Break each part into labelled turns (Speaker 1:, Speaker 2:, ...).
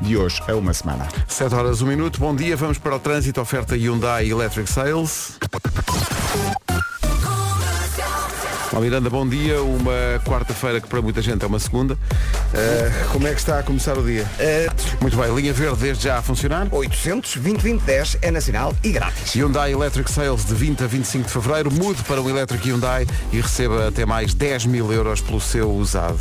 Speaker 1: de hoje a uma semana.
Speaker 2: 7 horas, 1 minuto. Bom dia, vamos para o trânsito. Oferta Hyundai Electric Sales. Ó Miranda, bom dia. Uma quarta-feira que para muita gente é uma segunda.
Speaker 3: Uh, como é que está a começar o dia?
Speaker 2: Uh, Muito bem, linha verde desde já a funcionar.
Speaker 3: 800 2010 é nacional e grátis.
Speaker 2: Hyundai Electric Sales de 20 a 25 de Fevereiro. Mude para o Electric Hyundai e receba até mais 10 mil euros pelo seu usado.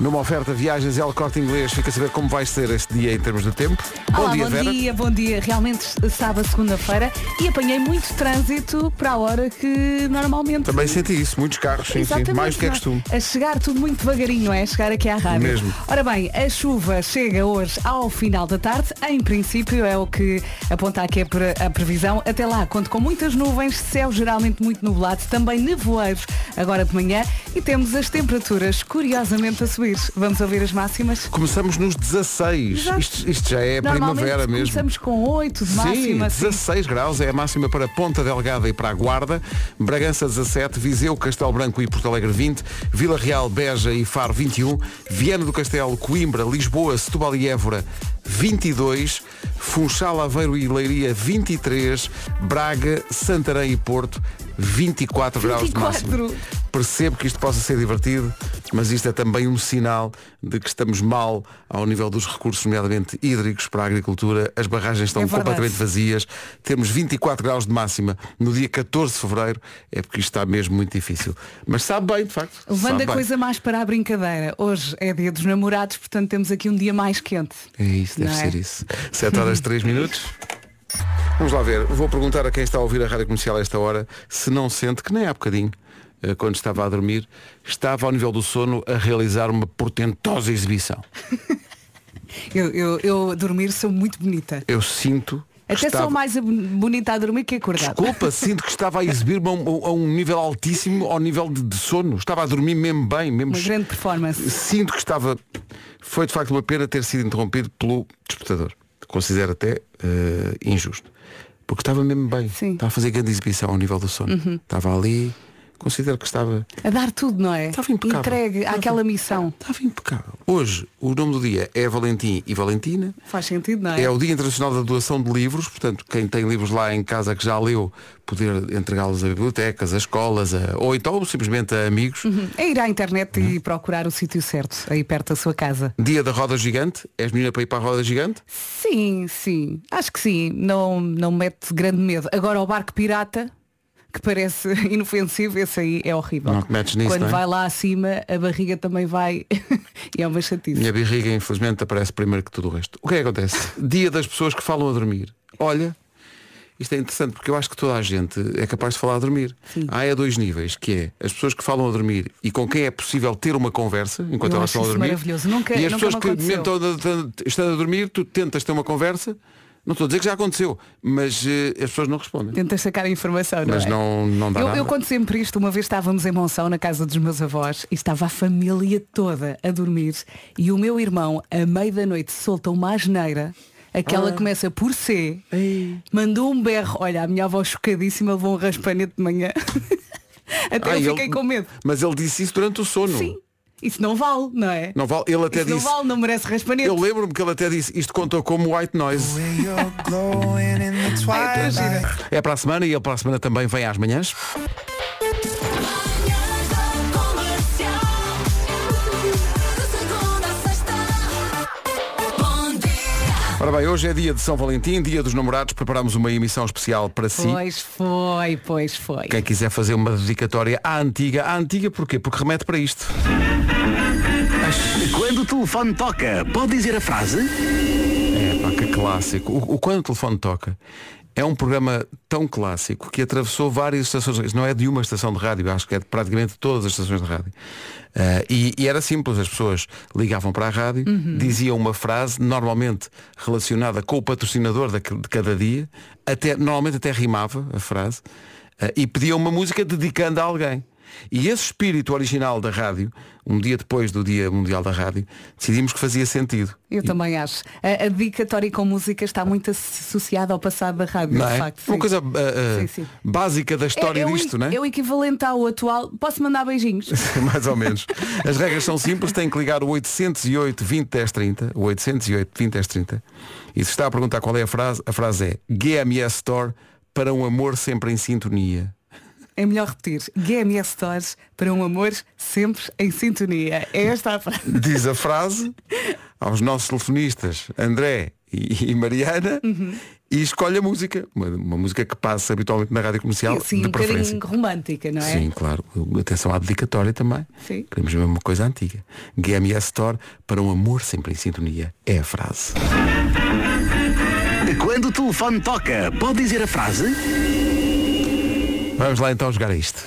Speaker 2: Numa oferta viagens El Corte Inglês, fica a saber como vai ser este dia em termos de tempo.
Speaker 4: Olá, bom dia, bom Vera. dia, bom dia. Realmente estava segunda-feira e apanhei muito trânsito para a hora que normalmente.
Speaker 2: Também senti isso, muitos carros, sim, sim. mais do que é costume.
Speaker 4: A chegar tudo muito devagarinho, é? A chegar aqui à rádio.
Speaker 2: Mesmo.
Speaker 4: Ora bem, a chuva chega hoje ao final da tarde, em princípio é o que aponta aqui a previsão. Até lá, conto com muitas nuvens, céu geralmente muito nublado, também nevoeiros agora de manhã e temos as temperaturas curiosamente a subir. Vamos ouvir as máximas?
Speaker 2: Começamos nos 16. Isto, isto, já é primavera mesmo.
Speaker 4: Começamos com 8 de
Speaker 2: sim,
Speaker 4: máxima.
Speaker 2: 16 sim. graus é a máxima para Ponta Delgada e para a Guarda. Bragança 17, Viseu, Castelo Branco e Porto Alegre 20, Vila Real, Beja e Faro 21, Viana do Castelo, Coimbra, Lisboa, Setúbal e Évora 22, Funchal, Aveiro e Leiria 23, Braga, Santarém e Porto 24, 24. graus de máximo. Percebo que isto possa ser divertido, mas isto é também um sinal de que estamos mal ao nível dos recursos, nomeadamente hídricos para a agricultura. As barragens estão é completamente vazias. Temos 24 graus de máxima no dia 14 de fevereiro. É porque isto está mesmo muito difícil. Mas sabe bem, de facto.
Speaker 4: Levando
Speaker 2: a
Speaker 4: coisa mais para a brincadeira. Hoje é dia dos namorados, portanto temos aqui um dia mais quente.
Speaker 2: É isso, deve Não ser é? isso. 7 horas 3 minutos. Vamos lá ver, vou perguntar a quem está a ouvir a rádio comercial a esta hora se não sente que nem há bocadinho, eh, quando estava a dormir, estava ao nível do sono a realizar uma portentosa exibição.
Speaker 4: eu, eu, eu dormir sou muito bonita.
Speaker 2: Eu sinto
Speaker 4: até estava... sou mais bonita a dormir que acordada.
Speaker 2: Desculpa, sinto que estava a exibir-me a, um, a, um, nível altíssimo ao nível de, de, sono. Estava a dormir mesmo bem. Mesmo...
Speaker 4: Uma grande performance.
Speaker 2: Sinto que estava... Foi de facto uma pena ter sido interrompido pelo despertador. Considero até uh, injusto. Porque estava mesmo bem.
Speaker 4: Sim.
Speaker 2: Estava a fazer grande exibição ao nível do sono. Uhum. Estava ali... Considero que estava...
Speaker 4: A dar tudo, não é?
Speaker 2: Estava impecável.
Speaker 4: Entregue
Speaker 2: estava...
Speaker 4: àquela missão.
Speaker 2: Estava impecável. Hoje, o nome do dia é Valentim e Valentina.
Speaker 4: Faz sentido, não é?
Speaker 2: É o Dia Internacional da Doação de Livros. Portanto, quem tem livros lá em casa que já leu, poder entregá-los a bibliotecas, a escolas, a... ou então simplesmente a amigos.
Speaker 4: Uhum. É ir à internet uhum. e procurar o sítio certo, aí perto da sua casa.
Speaker 2: Dia da Roda Gigante. És menina para ir para a Roda Gigante?
Speaker 4: Sim, sim. Acho que sim. Não, não mete grande medo. Agora, o barco pirata que parece inofensivo, esse aí é horrível.
Speaker 2: Não metes nisso,
Speaker 4: Quando
Speaker 2: é?
Speaker 4: vai lá acima, a barriga também vai e é uma chatice.
Speaker 2: Minha barriga, infelizmente, aparece primeiro que tudo o resto. O que é que acontece? Dia das pessoas que falam a dormir. Olha, isto é interessante porque eu acho que toda a gente é capaz de falar a dormir.
Speaker 4: Sim.
Speaker 2: Há é dois níveis, que é as pessoas que falam a dormir e com quem é possível ter uma conversa enquanto
Speaker 4: eu
Speaker 2: elas estão a dormir.
Speaker 4: Maravilhoso. Nunca,
Speaker 2: e as
Speaker 4: nunca
Speaker 2: pessoas que mesmo estão a dormir, tu tentas ter uma conversa não estou a dizer que já aconteceu, mas uh, as pessoas não respondem.
Speaker 4: Tentas sacar a informação, não
Speaker 2: mas
Speaker 4: é?
Speaker 2: não, não dá
Speaker 4: eu,
Speaker 2: nada.
Speaker 4: Eu conto sempre isto. Uma vez estávamos em Monção, na casa dos meus avós, e estava a família toda a dormir. E o meu irmão, à meia da noite, solta uma asneira. Aquela ah. começa por C. Ei. Mandou um berro. Olha, a minha avó chocadíssima levou um raspanete de manhã. Até Ai, eu fiquei
Speaker 2: ele,
Speaker 4: com medo.
Speaker 2: Mas ele disse isso durante o sono.
Speaker 4: Sim. Isso não vale, não é?
Speaker 2: Não vale, ele até
Speaker 4: Isso
Speaker 2: disse.
Speaker 4: Não vale, não merece raspanete.
Speaker 2: Eu lembro-me que ele até disse, isto contou como white noise. é para a semana e ele para a semana também vem às manhãs. Ora bem, hoje é dia de São Valentim, dia dos namorados, preparámos uma emissão especial para si.
Speaker 4: Pois foi, pois foi.
Speaker 2: Quem quiser fazer uma dedicatória à antiga, à antiga porquê? Porque remete para isto.
Speaker 5: Quando o telefone toca, pode dizer a frase?
Speaker 2: É, pá, que clássico. O, o Quando o telefone toca é um programa tão clássico que atravessou várias estações, não é de uma estação de rádio, acho que é de praticamente todas as estações de rádio. Uh, e, e, era simples, as pessoas ligavam para a rádio, uhum. diziam uma frase, normalmente relacionada com o patrocinador de, de cada dia, eh, até, normalmente até rimava a frase, uh, e pediam uma música dedicando a alguém. E esse espírito original da rádio, um dia depois do Dia Mundial da Rádio, decidimos que fazia sentido.
Speaker 4: Eu também acho. A, a dedicatória com música está muito associada ao passado da rádio,
Speaker 2: Não
Speaker 4: de
Speaker 2: é?
Speaker 4: facto.
Speaker 2: Uma
Speaker 4: sim.
Speaker 2: coisa ah, ah,
Speaker 4: Sim, sim.
Speaker 2: básica da história
Speaker 4: é, é o
Speaker 2: disto,
Speaker 4: equi-
Speaker 2: não é?
Speaker 4: É o equivalente ao atual. Posso mandar beijinhos?
Speaker 2: mais ou menos. As regras são simples, tem que ligar o 808 20 10 30, o 808 20 10 30. E se está a perguntar qual é a frase, a frase é GMS Store para um amor sempre em sintonia.
Speaker 4: É melhor repetir. GMS Stores para um amor sempre em sintonia. É esta a frase.
Speaker 2: Diz a frase aos nossos telefonistas André e, e Mariana
Speaker 4: Uhum.
Speaker 2: e escolhe a música, uma, uma música que passa habitualmente na rádio comercial
Speaker 4: Assim,
Speaker 2: de
Speaker 4: um
Speaker 2: preferência.
Speaker 4: bocadinho romântica, não é?
Speaker 2: Sim, claro. Atenção à dedicatória também.
Speaker 4: Sim.
Speaker 2: Queremos mesmo uma coisa antiga. GMS Store para um amor sempre em sintonia é a frase.
Speaker 5: Quando o telefone toca, pode dizer a frase?
Speaker 2: Vamos lá então jogar a isto.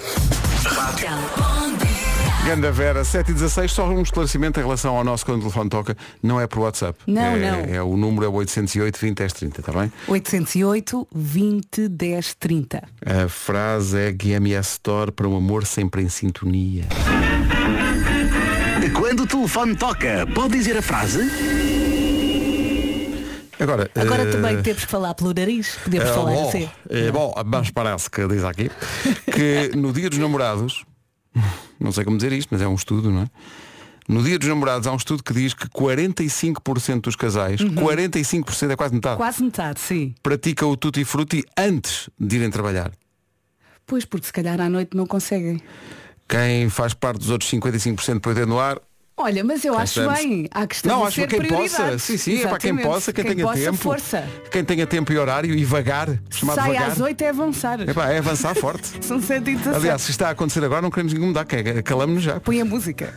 Speaker 2: Ganda Vera, 7 e 16, só um esclarecimento em relação ao nosso quando o telefone toca, não é por WhatsApp.
Speaker 4: Não,
Speaker 2: é,
Speaker 4: não.
Speaker 2: É o número é 808 20 10 30, está tá bem?
Speaker 4: 808 20 10 30.
Speaker 2: A frase é GMS Store para um amor sempre em sintonia.
Speaker 5: Quando o telefone toca, pode dizer a frase?
Speaker 2: Agora,
Speaker 4: Agora
Speaker 2: eh,
Speaker 4: também temos que falar pelo nariz. Podemos
Speaker 2: eh,
Speaker 4: falar
Speaker 2: bom,
Speaker 4: assim.
Speaker 2: eh, bom, mas parece que diz aqui que no dia dos namorados, não sei como dizer isto, mas é um estudo, não é? No dia dos namorados há um estudo que diz que 45% dos casais, 45% é quase metade,
Speaker 4: Uhum. Quase metade, sim.
Speaker 2: pratica o tutti frutti antes de irem trabalhar.
Speaker 4: Pois, porque se calhar à noite não conseguem.
Speaker 2: Quem faz parte dos outros 55% depois de no ar,
Speaker 4: Olha, mas eu acho
Speaker 2: estamos.
Speaker 4: bem. Há que
Speaker 2: não, acho
Speaker 4: estabelecer
Speaker 2: que quem possa,
Speaker 4: prioridades.
Speaker 2: sim, sim, é para quem
Speaker 4: Exatamente.
Speaker 2: possa, quem, tenha
Speaker 4: possa,
Speaker 2: tempo,
Speaker 4: força.
Speaker 2: quem tenha tempo e horário e vagar, chamado
Speaker 4: Sai
Speaker 2: vagar,
Speaker 4: às 8 é avançar.
Speaker 2: Epá, é avançar forte.
Speaker 4: São 117.
Speaker 2: Aliás, se está a acontecer agora, não queremos incomodar, que- é, calamos-nos já.
Speaker 4: Põe a música.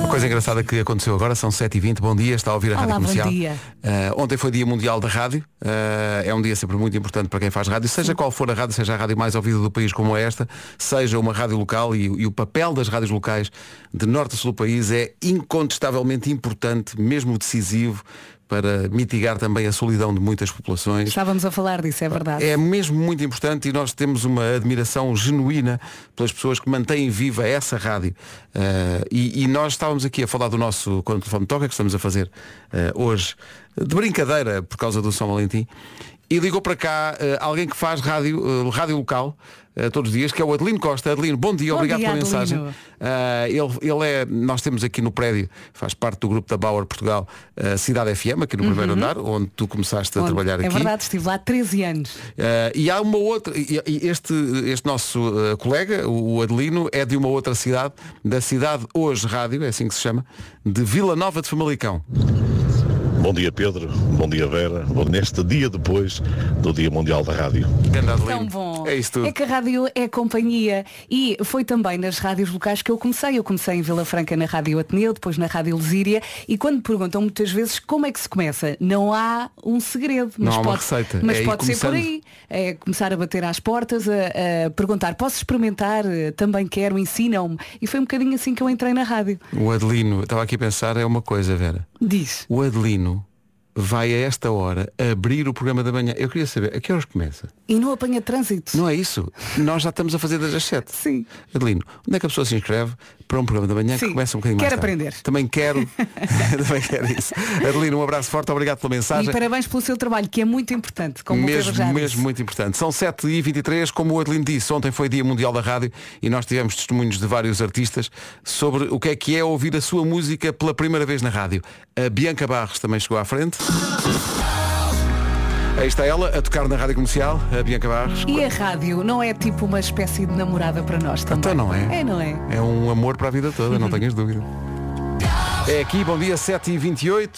Speaker 2: Uma coisa engraçada que aconteceu agora, são 7h20, bom dia, está a ouvir a Rádio
Speaker 4: Olá, bom
Speaker 2: Comercial.
Speaker 4: dia.
Speaker 2: Ah, ontem foi Dia Mundial da Rádio, Ah, é um dia sempre muito importante para quem faz rádio, seja qual for a rádio, seja a rádio mais ouvida do país como esta, seja uma rádio local e, e o papel das rádios locais de norte a sul do país é incontestavelmente importante, mesmo decisivo, para mitigar também a solidão de muitas populações.
Speaker 4: Estávamos a falar disso, é verdade.
Speaker 2: É mesmo muito importante e nós temos uma admiração genuína pelas pessoas que mantêm viva essa rádio. Ah, e, e nós estávamos aqui a falar do nosso Quando o Telefone Toca, que estamos a fazer ah, hoje, de brincadeira por causa do São Valentim. E ligou para cá ah, alguém que faz rádio, ah, rádio local ah, todos os dias, que é o Adelino Costa. Adelino, bom dia,
Speaker 4: Bom
Speaker 2: obrigado
Speaker 4: dia,
Speaker 2: pela mensagem.
Speaker 4: Adelino.
Speaker 2: Ah, ele, ele é, nós temos aqui no prédio, faz parte do grupo da Bauer Portugal, a Cidade FM, aqui no primeiro andar, onde tu começaste a
Speaker 4: Uhum. Onde-
Speaker 2: trabalhar
Speaker 4: é
Speaker 2: aqui.
Speaker 4: verdade, estive lá 13 anos.
Speaker 2: Eh, e há uma outra, e- e este, este nosso eh, colega, o o Adelino, é de uma outra cidade, da cidade hoje rádio, é assim que se chama, de Vila Nova de Famalicão.
Speaker 1: Bom dia Pedro, bom dia Vera, Bom, neste dia depois do Dia Mundial da Rádio.
Speaker 2: Grande Adelino.
Speaker 4: Tão bom.
Speaker 2: É isso tudo.
Speaker 4: É que a rádio é companhia. E foi também nas rádios locais que eu comecei. Eu comecei em Vila Franca na Rádio Ateneu, depois na Rádio Lesíria. E quando me perguntam muitas vezes como é que se começa, não há um segredo.
Speaker 2: Não
Speaker 4: Mas
Speaker 2: há uma
Speaker 4: pode,
Speaker 2: receita.
Speaker 4: Mas
Speaker 2: É ir
Speaker 4: pode ser por
Speaker 2: começando.
Speaker 4: aí. É começar a bater às portas, a, a perguntar, posso experimentar? Também quero, ensinam-me. E foi um bocadinho assim que eu entrei na rádio.
Speaker 2: O Adelino, eu estava aqui a pensar, é uma coisa, Vera.
Speaker 4: Diz.
Speaker 2: O Adelino vai a esta hora abrir o programa da manhã. Eu queria saber, a que horas começa?
Speaker 4: E não apanha trânsito.
Speaker 2: Não é isso? Nós já estamos a fazer das às 7.
Speaker 4: Sim.
Speaker 2: Adelino, onde é que a pessoa se inscreve para um programa da manhã que
Speaker 4: Sim.
Speaker 2: começa um bocadinho
Speaker 4: Quer
Speaker 2: mais tarde?
Speaker 4: aprender.
Speaker 2: Também quero. Também quero isso. Adelino, um abraço forte, obrigado pela
Speaker 4: E
Speaker 2: mensagem.
Speaker 4: parabéns pelo seu trabalho, que é muito importante, como o Pedro já
Speaker 2: Ah, mesmo,
Speaker 4: disse.
Speaker 2: mesmo muito importante. São 7h23, como o Adelino disse, ontem foi Dia Mundial da Rádio e nós tivemos testemunhos de vários artistas sobre o que é que é ouvir a sua música pela primeira vez na rádio. A Bianca Barros também chegou à frente. Aí está ela, a tocar na rádio comercial, a Bianca Barros.
Speaker 4: E a rádio não é tipo uma espécie de namorada para nós também?
Speaker 2: Então não é?
Speaker 4: É, não é?
Speaker 2: É um amor para a vida toda, não tenhas dúvida. É aqui, bom dia, 7h28.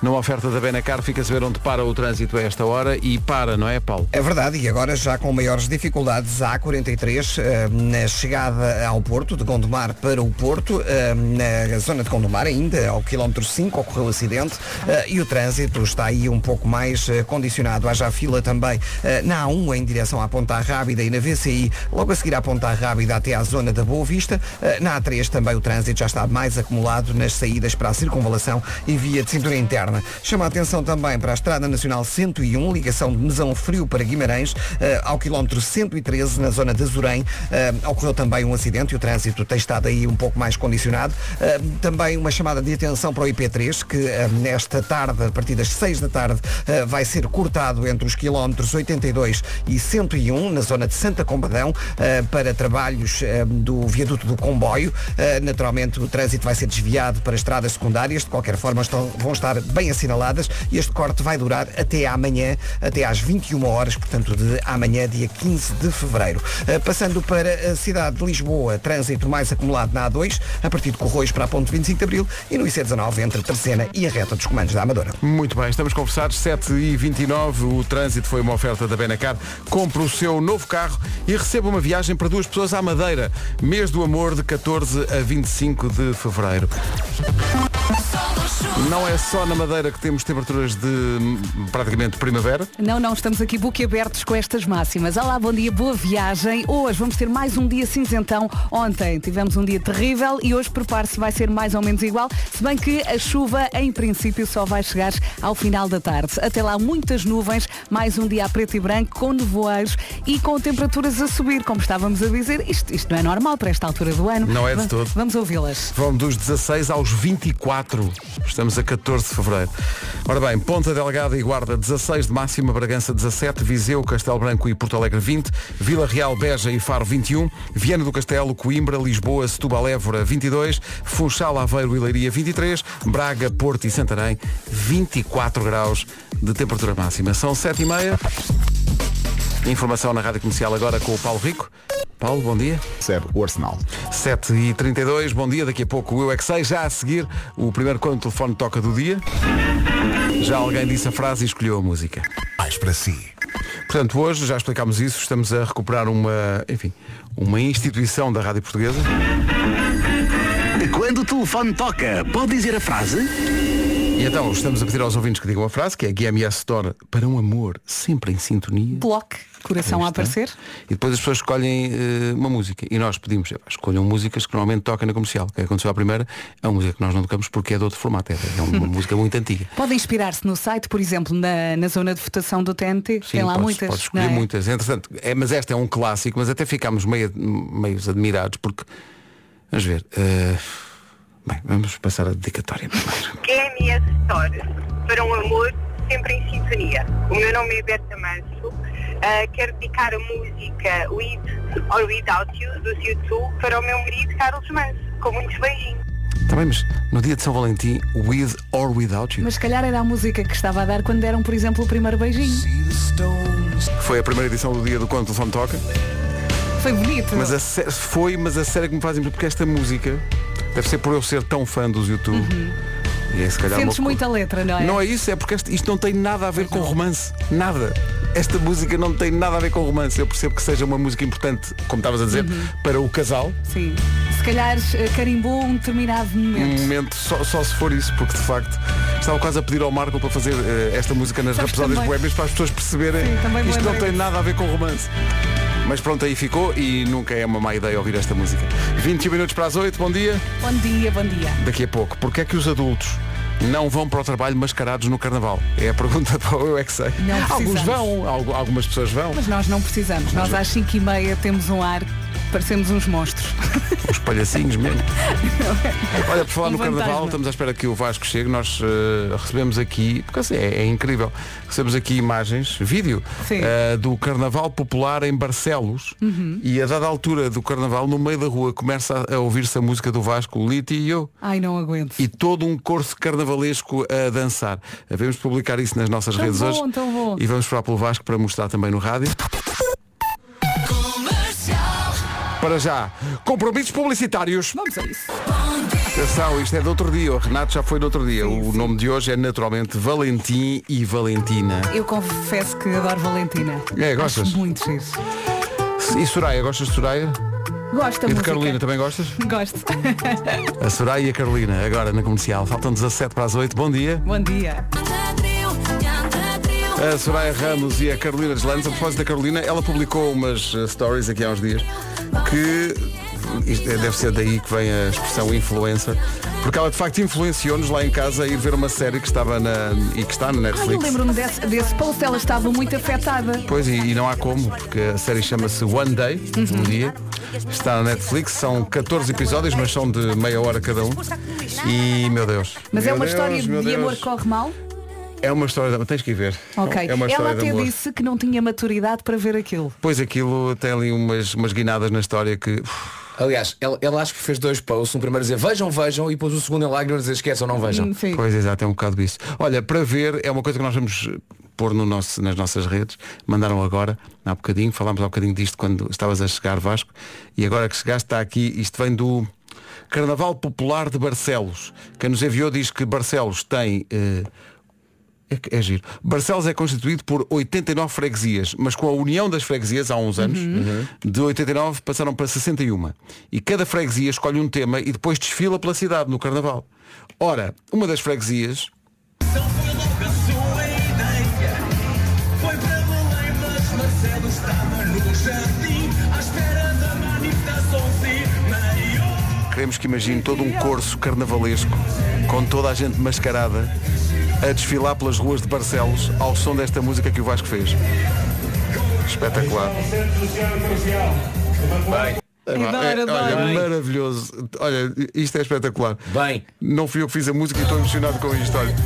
Speaker 2: Numa oferta da Benacar, fica a saber onde para o trânsito a esta hora e para, não é, Paulo?
Speaker 3: É verdade, e agora já com maiores dificuldades a A43 eh, na chegada ao Porto, de Gondomar para o Porto, eh, na zona de Gondomar ainda, ao quilómetro 5 ocorreu acidente eh, e o trânsito está aí um pouco mais eh, condicionado. Há já fila também eh, na A1 em direção à Ponta Rábida e na VCI, logo a seguir à Ponta Rábida até à zona da Boa Vista. Eh, na A3 também o trânsito já está mais acumulado nas saídas para a circunvalação e via de cintura interna.
Speaker 6: Lanterna. Chama a atenção também para a Estrada Nacional 101, ligação de Mesão Frio para Guimarães, eh, ao quilómetro 113, na zona de Azurém. Eh, ocorreu também um acidente e o trânsito tem estado aí um pouco mais condicionado. Eh, também uma chamada de atenção para o IP3, que eh, nesta tarde, a partir das 6 da tarde, eh, vai ser cortado entre os quilómetros 82 e 101, na zona de Santa Combadão, eh, para trabalhos eh, do viaduto do comboio. Eh, naturalmente, o trânsito vai ser desviado para estradas secundárias, de qualquer forma, estão- vão estar bem assinaladas e este corte vai durar até amanhã, até às 21 horas, portanto, de amanhã, dia 15 de fevereiro. Eh, passando para a cidade de Lisboa, trânsito mais acumulado na A2, a partir de Corroios para a ponte 25 de Abril e no IC19 entre Terceira e a reta dos comandos da Amadora.
Speaker 2: Muito bem, estamos conversados, 7h29, o trânsito foi uma oferta da Benacar. Compre o seu novo carro e receba uma viagem para duas pessoas à Madeira. Mês do amor de 14 a 25 de fevereiro. Não é só na Madeira que temos temperaturas de hum, praticamente primavera.
Speaker 4: Não, não, estamos aqui boquiabertos com estas máximas. Olá, bom dia, boa viagem. Hoje vamos ter mais um dia cinzentão. Ontem tivemos um dia terrível e hoje, prepare-se, vai ser mais ou menos igual, se bem que a chuva, em princípio, só vai chegar ao final da tarde. Até lá, muitas nuvens, mais um dia a preto e branco, com nevoeiros e com temperaturas a subir, como estávamos a dizer. Isto, isto não é normal para esta altura do ano.
Speaker 2: Não é de
Speaker 4: Va-
Speaker 2: todo.
Speaker 4: Vamos ouvi-las.
Speaker 2: Vão dos 16 aos 24. Estamos a 14 de fevereiro. Ora bem, Ponta Delgada e Guarda 16 de máxima, Bragança 17, Viseu, Castelo Branco e Porto Alegre 20, Vila Real, Beja e Faro 21, Viana do Castelo, Coimbra, Lisboa, Setúbal, Évora 22, Funchal, Aveiro e Leiria 23, Braga, Porto e Santarém 24 graus de temperatura máxima. São 7 e meia. Informação na Rádio Comercial agora com o Paulo Rico. Paulo, bom dia.
Speaker 5: Recebe o Arsenal.
Speaker 2: 7h32, bom dia, daqui a pouco o Eu é que sei, já a seguir o primeiro quando o telefone toca do dia. Já alguém disse a frase e escolheu a música.
Speaker 5: Mais para si.
Speaker 2: Portanto, hoje, já explicámos isso, estamos a recuperar uma, enfim, uma instituição da Rádio Portuguesa.
Speaker 7: Quando o telefone toca, pode dizer a frase?
Speaker 2: E então, estamos a pedir aos ouvintes que digam a frase, que é GMS Store para um amor sempre em sintonia.
Speaker 4: Block, coração
Speaker 2: Aí
Speaker 4: a
Speaker 2: está.
Speaker 4: aparecer.
Speaker 2: E depois as pessoas escolhem eh, uma música. E nós pedimos, "Epá, escolham músicas que normalmente tocam na comercial. O que aconteceu à primeira é uma música que nós não tocamos porque é de outro formato. É, é uma música muito antiga.
Speaker 4: Pode inspirar-se no site, por exemplo, na, na zona de votação do TNT.
Speaker 2: Sim,
Speaker 4: tem lá
Speaker 2: podes-
Speaker 4: muitas.
Speaker 2: podes
Speaker 4: não
Speaker 2: escolher
Speaker 4: é?
Speaker 2: muitas. Entretanto, é, mas esta é um clássico, mas até ficámos meio, meio admirados porque. Vamos ver. eh, bem, vamos passar a dedicatória primeiro.
Speaker 8: GMS Store, para um amor sempre em sintonia. O meu nome é Berta Manso, ah, quero dedicar a música With or Without You, dos YouTube, para o meu marido Carlos Manso, com muitos beijinhos.
Speaker 2: Também, mas no dia de São Valentim, with or without you.
Speaker 4: Mas se calhar era a música que estava a dar quando deram, por exemplo, o primeiro beijinho.
Speaker 2: Foi a primeira edição do dia do Conto Telefone Toca.
Speaker 4: Foi bonito.
Speaker 2: Mas a sé- foi, mas a sério que me fazem porque esta música deve ser por eu ser tão fã dos YouTube. E é se calhar
Speaker 4: Uhum. Sentes
Speaker 2: uma co-
Speaker 4: muita letra, não é?
Speaker 2: Não é isso, é porque este- isto não tem nada a ver com romance. Nada. Esta música não tem nada a ver com romance. Eu percebo que seja uma música importante, como estavas a dizer,
Speaker 4: Uhum.
Speaker 2: para o casal.
Speaker 4: Sim. Se calhar eh, carimbou um determinado
Speaker 2: Um
Speaker 4: momento.
Speaker 2: momento, só, só se for isso, porque de facto estava quase a pedir ao Marco para fazer eh, esta música nas
Speaker 4: Sabes,
Speaker 2: rapesódias
Speaker 4: também-
Speaker 2: boémias para as pessoas perceberem
Speaker 4: Sim, também
Speaker 2: que
Speaker 4: me
Speaker 2: isto não
Speaker 4: lembrei
Speaker 2: tem nada a ver com romance. Mas pronto, aí ficou e nunca é uma má ideia ouvir esta música. 21 minutos para as 8, bom dia.
Speaker 4: Bom dia, bom dia.
Speaker 2: daqui a pouco. Porque é que os adultos não vão para o trabalho mascarados no carnaval? É a pergunta para o Eu é que sei.
Speaker 4: Não
Speaker 2: Alguns
Speaker 4: precisamos.
Speaker 2: vão, algu- algumas pessoas vão.
Speaker 4: Mas nós não precisamos. Nós às 5 e meia temos um ar, parecemos uns monstros.
Speaker 2: Os palhacinhos mesmo. Olha, por falar
Speaker 4: Um
Speaker 2: no carnaval,
Speaker 4: fantasma.
Speaker 2: estamos à espera que o Vasco chegue. Nós eh, recebemos aqui, porque assim, é, é incrível, recebemos aqui imagens, vídeo,
Speaker 4: Sim. Uhum.
Speaker 2: eh, do Carnaval Popular em Barcelos. E a dada altura do carnaval, no meio da rua, começa a, a ouvir-se a música do Vasco, Liti e eu.
Speaker 4: Ai, não aguento.
Speaker 2: e todo um corso carnavalesco a dançar. Vamos publicar isso nas nossas
Speaker 4: Tão
Speaker 2: redes
Speaker 4: bom,
Speaker 2: hoje.
Speaker 4: tão bom.
Speaker 2: E vamos falar pelo Vasco para mostrar também no rádio. Para já, compromissos publicitários.
Speaker 4: Vamos a Então, isso.
Speaker 2: Atenção, isto é do outro dia, o Renato já foi do outro dia. o nome de hoje é naturalmente Valentim e Valentina.
Speaker 4: Eu confesso que adoro Valentina.
Speaker 2: É, gostas?
Speaker 4: Acho muito giro.
Speaker 2: E Soraya, gostas de Soraya?
Speaker 4: Gosto da
Speaker 2: E de
Speaker 4: música.
Speaker 2: Carolina então. também gostas?
Speaker 4: Gosto.
Speaker 2: A Soraya e a Carolina, agora na comercial. Faltam 17 para as 8. Bom dia.
Speaker 4: bom dia.
Speaker 2: A Soraya Ramos e a Carolina Deslandes, a propósito da Carolina, ela publicou umas eh, stories aqui há uns dias que isto é- deve ser daí que vem a expressão influencer, porque ela de facto influenciou-nos lá em casa a ir ver uma série que estava na, e que está na
Speaker 4: Ah, eu
Speaker 2: Netflix.
Speaker 4: lembro-me desse, desse post, ela estava muito afetada.
Speaker 2: Pois, e, e não há como, porque a série chama-se One Day,
Speaker 4: Uhum.
Speaker 2: um dia. Está na Netflix, são 14 episódios, mas são de meia hora cada um. E, meu Deus.
Speaker 4: Mas é
Speaker 2: Meu
Speaker 4: uma
Speaker 2: Deus,
Speaker 4: história
Speaker 2: meu
Speaker 4: de
Speaker 2: Deus.
Speaker 4: amor que corre mal?
Speaker 2: É uma história de Tens que ir ver.
Speaker 4: Ok.
Speaker 2: É uma
Speaker 4: ela
Speaker 2: história de
Speaker 4: até
Speaker 2: amor.
Speaker 4: disse que não tinha maturidade para ver aquilo.
Speaker 2: Pois aquilo tem ali umas, umas guinadas na história que.
Speaker 6: Aliás, ela, ela acho que fez dois posts, um primeiro a dizer vejam, vejam, e depois o segundo em lágrimas a dizer esqueçam, não vejam.
Speaker 4: Enfim.
Speaker 2: Pois exato, é um bocado isso. Olha, para ver, é uma coisa que nós vamos pôr no nosso, nas nossas redes. Mandaram agora, há bocadinho, falámos há bocadinho disto quando estavas a chegar Vasco. E agora que chegaste está aqui, isto vem do Carnaval Popular de Barcelos. Quem nos enviou diz que Barcelos tem. eh, é, que- é giro. Barcelos é constituído por 89 freguesias, mas com a união das freguesias há uns anos, de 89 passaram para 61. E cada freguesia escolhe um tema e depois desfila pela cidade no carnaval. Ora, uma das freguesias Queremos que imagine todo um corso carnavalesco, com toda a gente mascarada, a desfilar pelas ruas de Barcelos ao som desta música que o Vasco fez. Espetacular. Bem.
Speaker 4: Adoro, adoro.
Speaker 2: é, olha, maravilhoso. Olha, isto é espetacular.
Speaker 6: Bem.
Speaker 2: Não fui eu que fiz a música e estou emocionado com isto. Olha.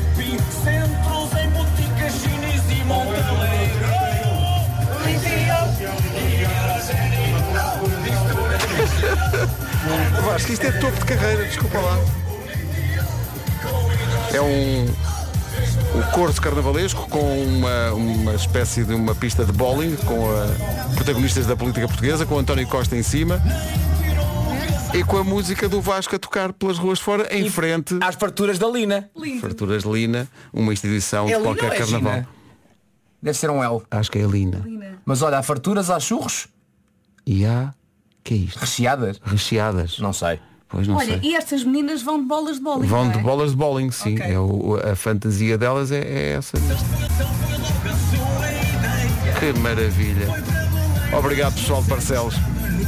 Speaker 2: Vasco, isto é topo de carreira, desculpa lá. É um, um corso carnavalesco com uma, uma espécie de uma pista de bowling com a- protagonistas da política portuguesa, com António Costa em cima e com a música do Vasco a tocar pelas ruas fora, em frente.
Speaker 6: Às parturas da Lina.
Speaker 2: Farturas Lina, uma instituição de
Speaker 6: Lina
Speaker 2: qualquer
Speaker 6: ou é
Speaker 2: carnaval.
Speaker 6: Gina? Deve ser um L.
Speaker 2: Acho que é a Lina.
Speaker 6: Mas olha, há farturas, há churros
Speaker 2: E há, que é isto?
Speaker 6: recheadas.
Speaker 2: Recheadas.
Speaker 6: Não sei.
Speaker 2: Pois não
Speaker 4: Olha,
Speaker 2: sei.
Speaker 4: e estas meninas vão de bolas de é? bola.
Speaker 2: Vão de bolas de bowling, sim.
Speaker 4: Ok.
Speaker 2: É o- a fantasia delas é, é essa. Que maravilha. Obrigado pessoal de Barcelos.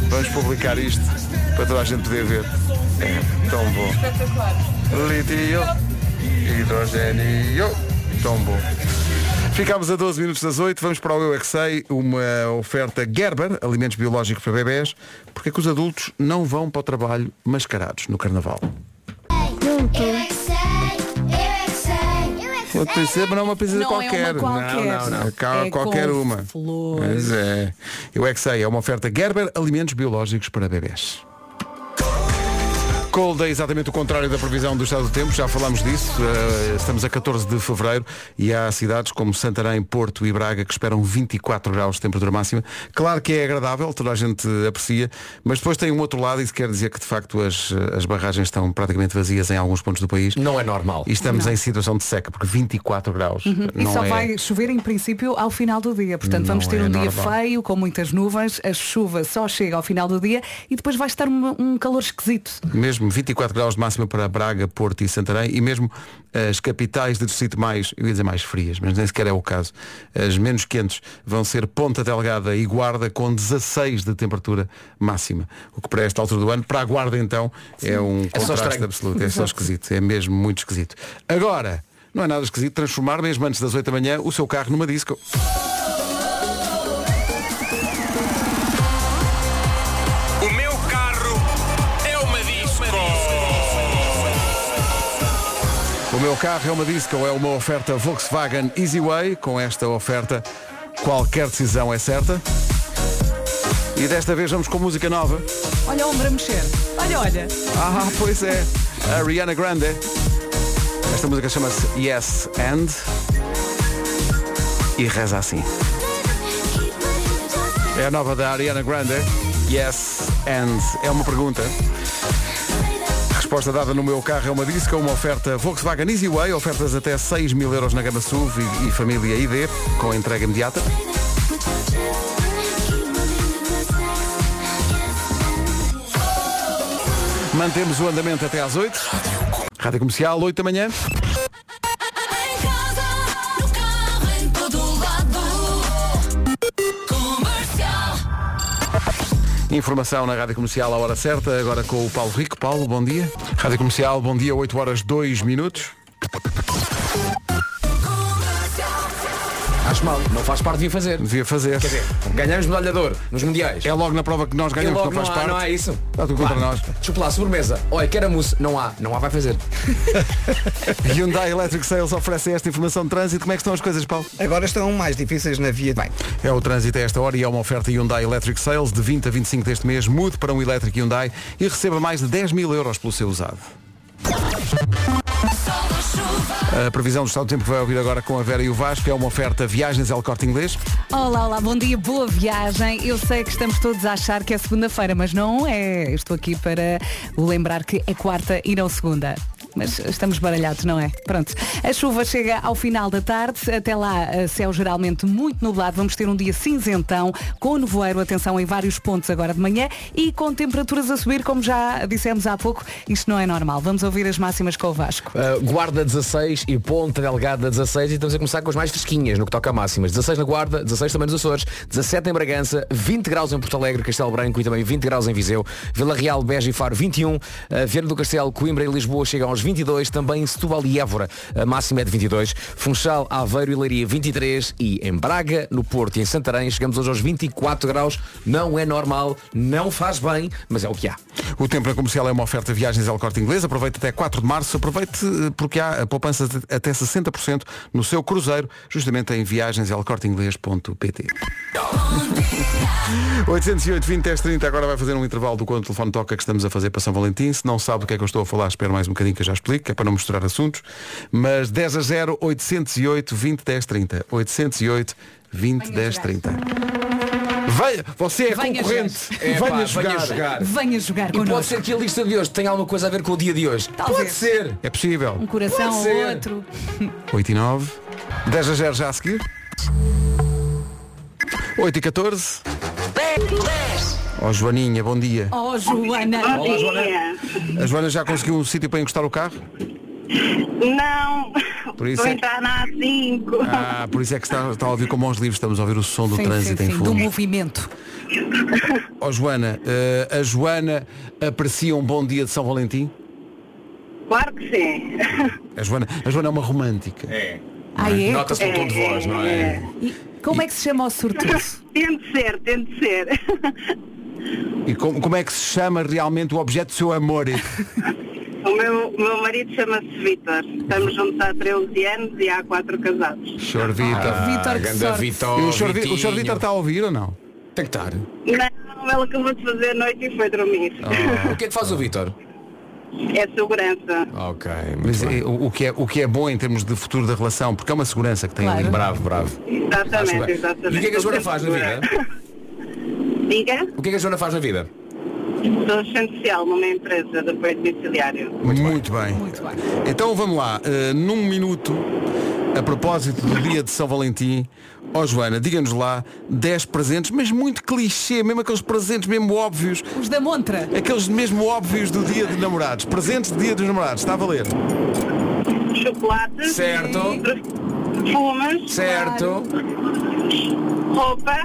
Speaker 2: Vamos publicar isto para toda a gente poder ver. É tão bom. Litio, hidrogênio, tão bom. Ficámos a 12 minutos das 8, vamos para o Eu é Que Sei, uma oferta Gerber, alimentos biológicos para bebés, porque é que os adultos não vão para o trabalho mascarados no Carnaval.
Speaker 9: Eu é que sei, eu é que sei, eu é que sei.
Speaker 2: Uma princesa não é uma princesa
Speaker 4: Não é uma
Speaker 2: qualquer.
Speaker 4: qualquer.
Speaker 2: Não, não, não.
Speaker 4: É
Speaker 2: Cá-
Speaker 4: com
Speaker 2: qualquer uma.
Speaker 4: flores.
Speaker 2: Pois é. Eu é que sei, é uma oferta Gerber Alimentos Biológicos para Bebés. Cold é exatamente o contrário da previsão do estado do tempo, já falámos disso. eh, estamos a 14 de fevereiro e há cidades como Santarém, Porto e Braga que esperam 24 graus de temperatura máxima. Claro que é agradável, toda a gente aprecia, mas depois tem um outro lado e isso quer dizer que de facto as, as barragens estão praticamente vazias em alguns pontos do país.
Speaker 6: Não é normal.
Speaker 2: E estamos em situação de seca, porque 24 graus
Speaker 4: Uhum. E
Speaker 2: não
Speaker 4: só
Speaker 2: é...
Speaker 4: vai chover em princípio ao final do dia. Portanto, vamos
Speaker 2: Não
Speaker 4: ter
Speaker 2: é
Speaker 4: um dia
Speaker 2: normal.
Speaker 4: feio, com muitas nuvens, a chuva só chega ao final do dia e depois vai estar um, um calor esquisito.
Speaker 2: Mesmo 24 graus de máxima para Braga, Porto e Santarém e mesmo as capitais de distrito mais, eu ia dizer mais frias, mas nem sequer é o caso. As menos quentes vão ser Ponta Delgada e Guarda com 16 de temperatura máxima. O que para esta altura do ano, para a Guarda então, é um
Speaker 6: É só
Speaker 2: contraste
Speaker 6: estranho.
Speaker 2: absoluto. É só esquisito. É mesmo muito esquisito. Agora, não é nada esquisito transformar mesmo antes das 8 da manhã o seu carro numa disco.
Speaker 10: O meu carro é uma disco.
Speaker 2: O meu carro é uma disco, é uma oferta Volkswagen Easyway. Com esta oferta, qualquer decisão é certa. E desta vez vamos com música nova.
Speaker 4: Olha o ombro a mexer. Olha, olha.
Speaker 2: Ah, pois é. A Rihanna Grande. Esta música chama-se Yes and. E reza assim. É a nova da Ariana Grande. Yes and. É uma pergunta. Resposta dada no meu carro é uma disco, uma oferta Volkswagen Easyway, ofertas até 6 mil euros na gama SUV e, e família ID, com entrega imediata. Mantemos o andamento até às 8. Rádio Comercial, 8 da manhã.
Speaker 9: Em casa, no carro, em todo lado. Comercial.
Speaker 2: Informação na Rádio Comercial à hora certa, agora com o Paulo Rico. Paulo, bom dia. Rádio Comercial, bom dia, 8 horas 2 minutos.
Speaker 6: Acho mal, não faz parte, devia fazer.
Speaker 2: Devia fazer.
Speaker 6: Quer dizer, ganhamos medalha de ouro nos mundiais.
Speaker 2: É logo na prova que nós ganhamos,
Speaker 6: E logo
Speaker 2: não faz
Speaker 6: há,
Speaker 2: parte.
Speaker 6: Não há isso.
Speaker 2: Está tudo contra nós.
Speaker 6: Chocolate, sobremesa. Olha, quer a mousse. Não há. Não há, vai fazer.
Speaker 2: Hyundai Electric Sales oferece esta informação de trânsito. Como é que estão as coisas, Paulo?
Speaker 3: Agora estão mais difíceis na via. Bem,
Speaker 2: É o trânsito a esta hora e é uma oferta Hyundai Electric Sales de 20 a 25 deste mês. Mude para um elétrico Hyundai e receba mais de 10 mil euros pelo seu usado. A previsão do estado do tempo que vai ouvir agora com a Vera e o Vasco é uma oferta Viagens El Corte Inglês.
Speaker 4: Olá, olá, bom dia, boa viagem. Eu sei que estamos todos a achar que é segunda-feira, mas não é. Eu estou aqui para o lembrar que é quarta e não segunda. Mas estamos baralhados, não é? Pronto. A chuva chega ao final da tarde. Até lá, eh, céu geralmente muito nublado. Vamos ter um dia cinzentão, com nevoeiro, atenção, em vários pontos agora de manhã e com temperaturas a subir, como já dissemos há pouco. Isto não é normal. Vamos ouvir as máximas com o Vasco.
Speaker 6: Uh, Guarda 16 e Ponta Delgada 16 e estamos a começar com as mais fresquinhas no que toca a máximas. 16 na Guarda, 16 também nos Açores, 17 em Bragança, 20 graus em Porto Alegre, Castelo Branco e também 20 graus em Viseu, Vila Real, Beja e Faro 21, uh, Viana do Castelo, Coimbra e Lisboa chegam aos 22, também em Setúbal e Évora a máxima é de 22, Funchal, Aveiro e Leiria 23 e em Braga, no Porto e em Santarém chegamos hoje aos 24 graus. Não é normal, não faz bem, mas é o que há.
Speaker 2: O tempo na comercial é uma oferta Viagens El Corte Inglês. Aproveite até 4 de março. Aproveite eh, porque há poupanças de até 60% no seu cruzeiro, justamente em viagenselcorteinglês.pt. 808 20 10 30 agora vai fazer um intervalo do quando o telefone toca que estamos a fazer para São Valentim. Se não sabe do que é que eu estou a falar, espero mais um bocadinho que eu já explico, que é para não misturar assuntos. Mas 10 a 0, 808 20 10 30. 808 20 10 30. Venha, você é
Speaker 4: Venha
Speaker 2: concorrente.
Speaker 4: jogar.
Speaker 6: É,
Speaker 2: venha,
Speaker 6: pá,
Speaker 2: jogar.
Speaker 6: venha jogar.
Speaker 4: Venha jogar
Speaker 6: E pode
Speaker 4: connosco.
Speaker 6: ser que a lista de hoje tenha alguma coisa a ver com o dia de hoje.
Speaker 4: Talvez.
Speaker 6: Pode ser.
Speaker 2: É possível.
Speaker 4: Um coração
Speaker 6: Pode
Speaker 4: ou
Speaker 6: ser.
Speaker 4: outro.
Speaker 2: 8 e 9. 10 a 0 já a seguir. 8 e 14. Ó Joaninha, bom dia.
Speaker 4: Oh, Joana.
Speaker 6: Ah,
Speaker 8: Bom dia.
Speaker 2: A Joana já conseguiu um sítio para encostar o carro?
Speaker 8: Não,
Speaker 2: Por isso
Speaker 8: vou
Speaker 2: é-
Speaker 8: entrar na A5.
Speaker 2: Ah, por isso é que está, está a ouvir com mãos livres, estamos a ouvir o som do
Speaker 4: Sim, sim,
Speaker 2: trânsito em
Speaker 4: sim, do
Speaker 2: fundo.
Speaker 4: movimento.
Speaker 2: Ó Joana, eh, a Joana aprecia um bom dia de São Valentim?
Speaker 8: Claro que sim.
Speaker 2: A Joana, a Joana é uma romântica.
Speaker 4: Ah, é?
Speaker 6: Nota-se pelo tom de voz, não é?
Speaker 4: E como é que se
Speaker 2: Ah,
Speaker 4: chama o sorteio?
Speaker 8: Tem de ser, tem de ser.
Speaker 2: E como, como é que se chama realmente o objeto do seu amor?
Speaker 8: O meu, o meu marido chama-se Vitor. Estamos juntos há 13 anos e há quatro casados.
Speaker 2: Senhor Vitor.
Speaker 4: Vitor, que sorte.
Speaker 2: Ah, E o
Speaker 6: Vitor,
Speaker 2: senhor Vi- o senhor Vitor está a ouvir ou não? É,
Speaker 6: Tem que estar.
Speaker 8: Não, ela acabou de fazer a noite e foi dormir.
Speaker 6: O que é que faz o Vitor?
Speaker 8: É segurança.
Speaker 6: Ok,
Speaker 2: Mas eh, o, o que é, o que é bom em termos de futuro da relação, porque é uma segurança que tem
Speaker 4: Claro.
Speaker 2: ali.
Speaker 6: Bravo, bravo. Acho
Speaker 8: Exatamente,
Speaker 6: bem.
Speaker 8: exatamente.
Speaker 6: E o que é que a Joana faz na vida?
Speaker 8: Diga,
Speaker 6: O que é que a Joana faz na vida?
Speaker 8: sou agente social numa empresa de apoio domiciliário.
Speaker 2: Muito, bem.
Speaker 4: Muito bem.
Speaker 2: Então vamos lá, eh, num minuto, a propósito do dia de São Valentim, ó Joana, diga-nos lá 10 presentes, mas muito clichê, mesmo aqueles presentes mesmo óbvios,
Speaker 4: Os da Montra.
Speaker 2: aqueles mesmo óbvios do dia de namorados, presentes do dia dos namorados, está a valer.
Speaker 8: Chocolate,
Speaker 6: Certo,
Speaker 8: perfumes,
Speaker 6: certo.
Speaker 8: roupa,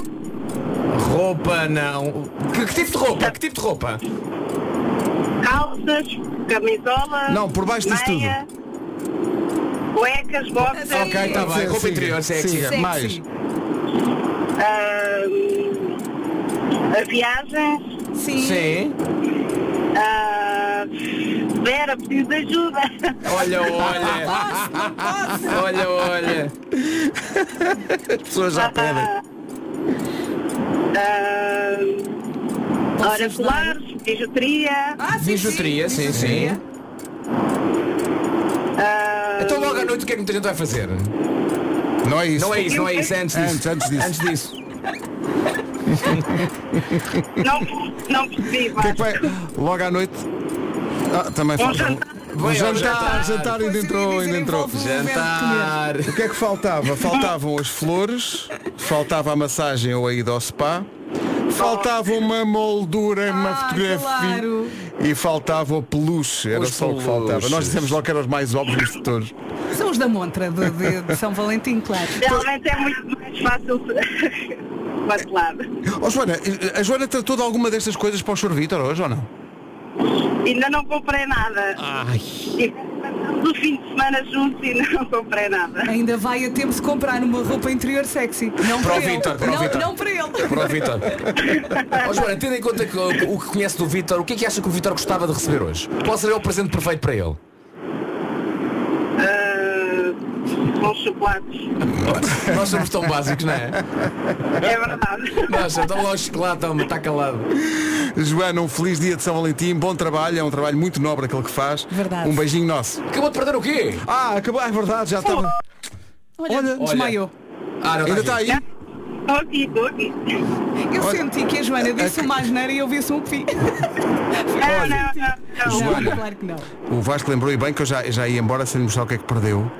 Speaker 6: Roupa não. Que, que tipo de roupa? Que tipo de roupa?
Speaker 8: calças, camisola,
Speaker 2: Não, por baixo disso
Speaker 8: meia, cuecas, boxers,
Speaker 4: Ok,
Speaker 6: está tá bem. Roupa
Speaker 2: Siga,
Speaker 6: interior, sexy.
Speaker 2: siga.
Speaker 4: Sexy.
Speaker 2: Mais.
Speaker 8: ah, viagens.
Speaker 4: Sim.
Speaker 6: Sim.
Speaker 8: ah, Vera, preciso de ajuda.
Speaker 6: Olha, olha.
Speaker 4: Ah,
Speaker 6: olha, olha.
Speaker 2: As pessoas já pedem.
Speaker 8: Ah,
Speaker 4: Posso
Speaker 8: ora,
Speaker 4: ajudar?
Speaker 8: colares, bijuteria.
Speaker 4: Ah, sim,
Speaker 6: Bijuteria, sim, sim.
Speaker 4: bijuteria.
Speaker 8: ah,
Speaker 6: Então logo à noite o que é que muita gente vai fazer?
Speaker 2: Não é isso.
Speaker 6: Não é isso, não é isso, é antes disso.
Speaker 2: Antes, antes disso.
Speaker 6: Antes disso.
Speaker 8: não, não percebi.
Speaker 2: O que é que vai? Logo à noite. Ah, também
Speaker 8: Um
Speaker 2: falta.
Speaker 8: jantar.
Speaker 6: Vai ao
Speaker 2: jantar,
Speaker 6: jantar.
Speaker 2: jantar,
Speaker 4: Pois
Speaker 2: ainda
Speaker 4: eu ia
Speaker 2: entrou,
Speaker 4: dizer,
Speaker 2: ainda entrou.
Speaker 4: envolve um o verbo
Speaker 6: Jantar.
Speaker 2: O que é que faltava? Faltavam as flores, faltava a massagem ou a ida ao spa, faltava uma moldura, uma
Speaker 4: Ah,
Speaker 2: fotografia
Speaker 4: claro.
Speaker 2: e faltava o peluche. Era
Speaker 6: Os
Speaker 2: só o que
Speaker 6: peluches.
Speaker 2: faltava. Nós dissemos logo que eram os mais óbvios de todos.
Speaker 4: comer. São os da Montra de, de- de São Valentim, claro.
Speaker 8: Realmente é muito mais fácil marmelada.
Speaker 2: Oh, Joana, a Joana tratou de alguma destas coisas para o Sorvitor hoje ou não?
Speaker 8: Ainda não comprei nada. Tipo, do fim de semana juntos e não comprei nada.
Speaker 4: Ainda vai a tempo de comprar uma roupa interior sexy. Não para
Speaker 6: Para o
Speaker 4: ele.
Speaker 6: Vítor, para o Vítor.
Speaker 4: não, não para ele.
Speaker 6: Para o Vítor. Ó Joana, tendo em conta que, o o que conhece do Vítor, o que é que acha que o Vítor gostava de receber hoje? Qual seria o presente perfeito para ele?
Speaker 8: Ah, com chocolates.
Speaker 6: Nós somos tão básicos, não é?
Speaker 8: É verdade.
Speaker 6: Nossa, então lá o chocolate, toma, está calado.
Speaker 2: Joana, um feliz dia de São Valentim, bom trabalho, é um trabalho muito nobre aquele que faz.
Speaker 4: Verdade.
Speaker 2: Um beijinho nosso.
Speaker 6: Acabou de perder o quê?
Speaker 2: Ah, acabou, é verdade, já estava.
Speaker 4: Olha,
Speaker 2: Olha.
Speaker 4: desmaiou.
Speaker 6: Ah, não,
Speaker 2: Ainda está aí?
Speaker 8: Estou aqui, estou aqui.
Speaker 4: Eu
Speaker 2: Olha.
Speaker 4: senti que a Joana disse
Speaker 2: É que-
Speaker 4: uma asneira e eu vi-se um pi.
Speaker 8: Não, não, não, não.
Speaker 2: Joana.
Speaker 4: claro que não.
Speaker 2: O Vasco lembrou e bem que eu já, já ia embora sem lhe mostrar o que é que perdeu.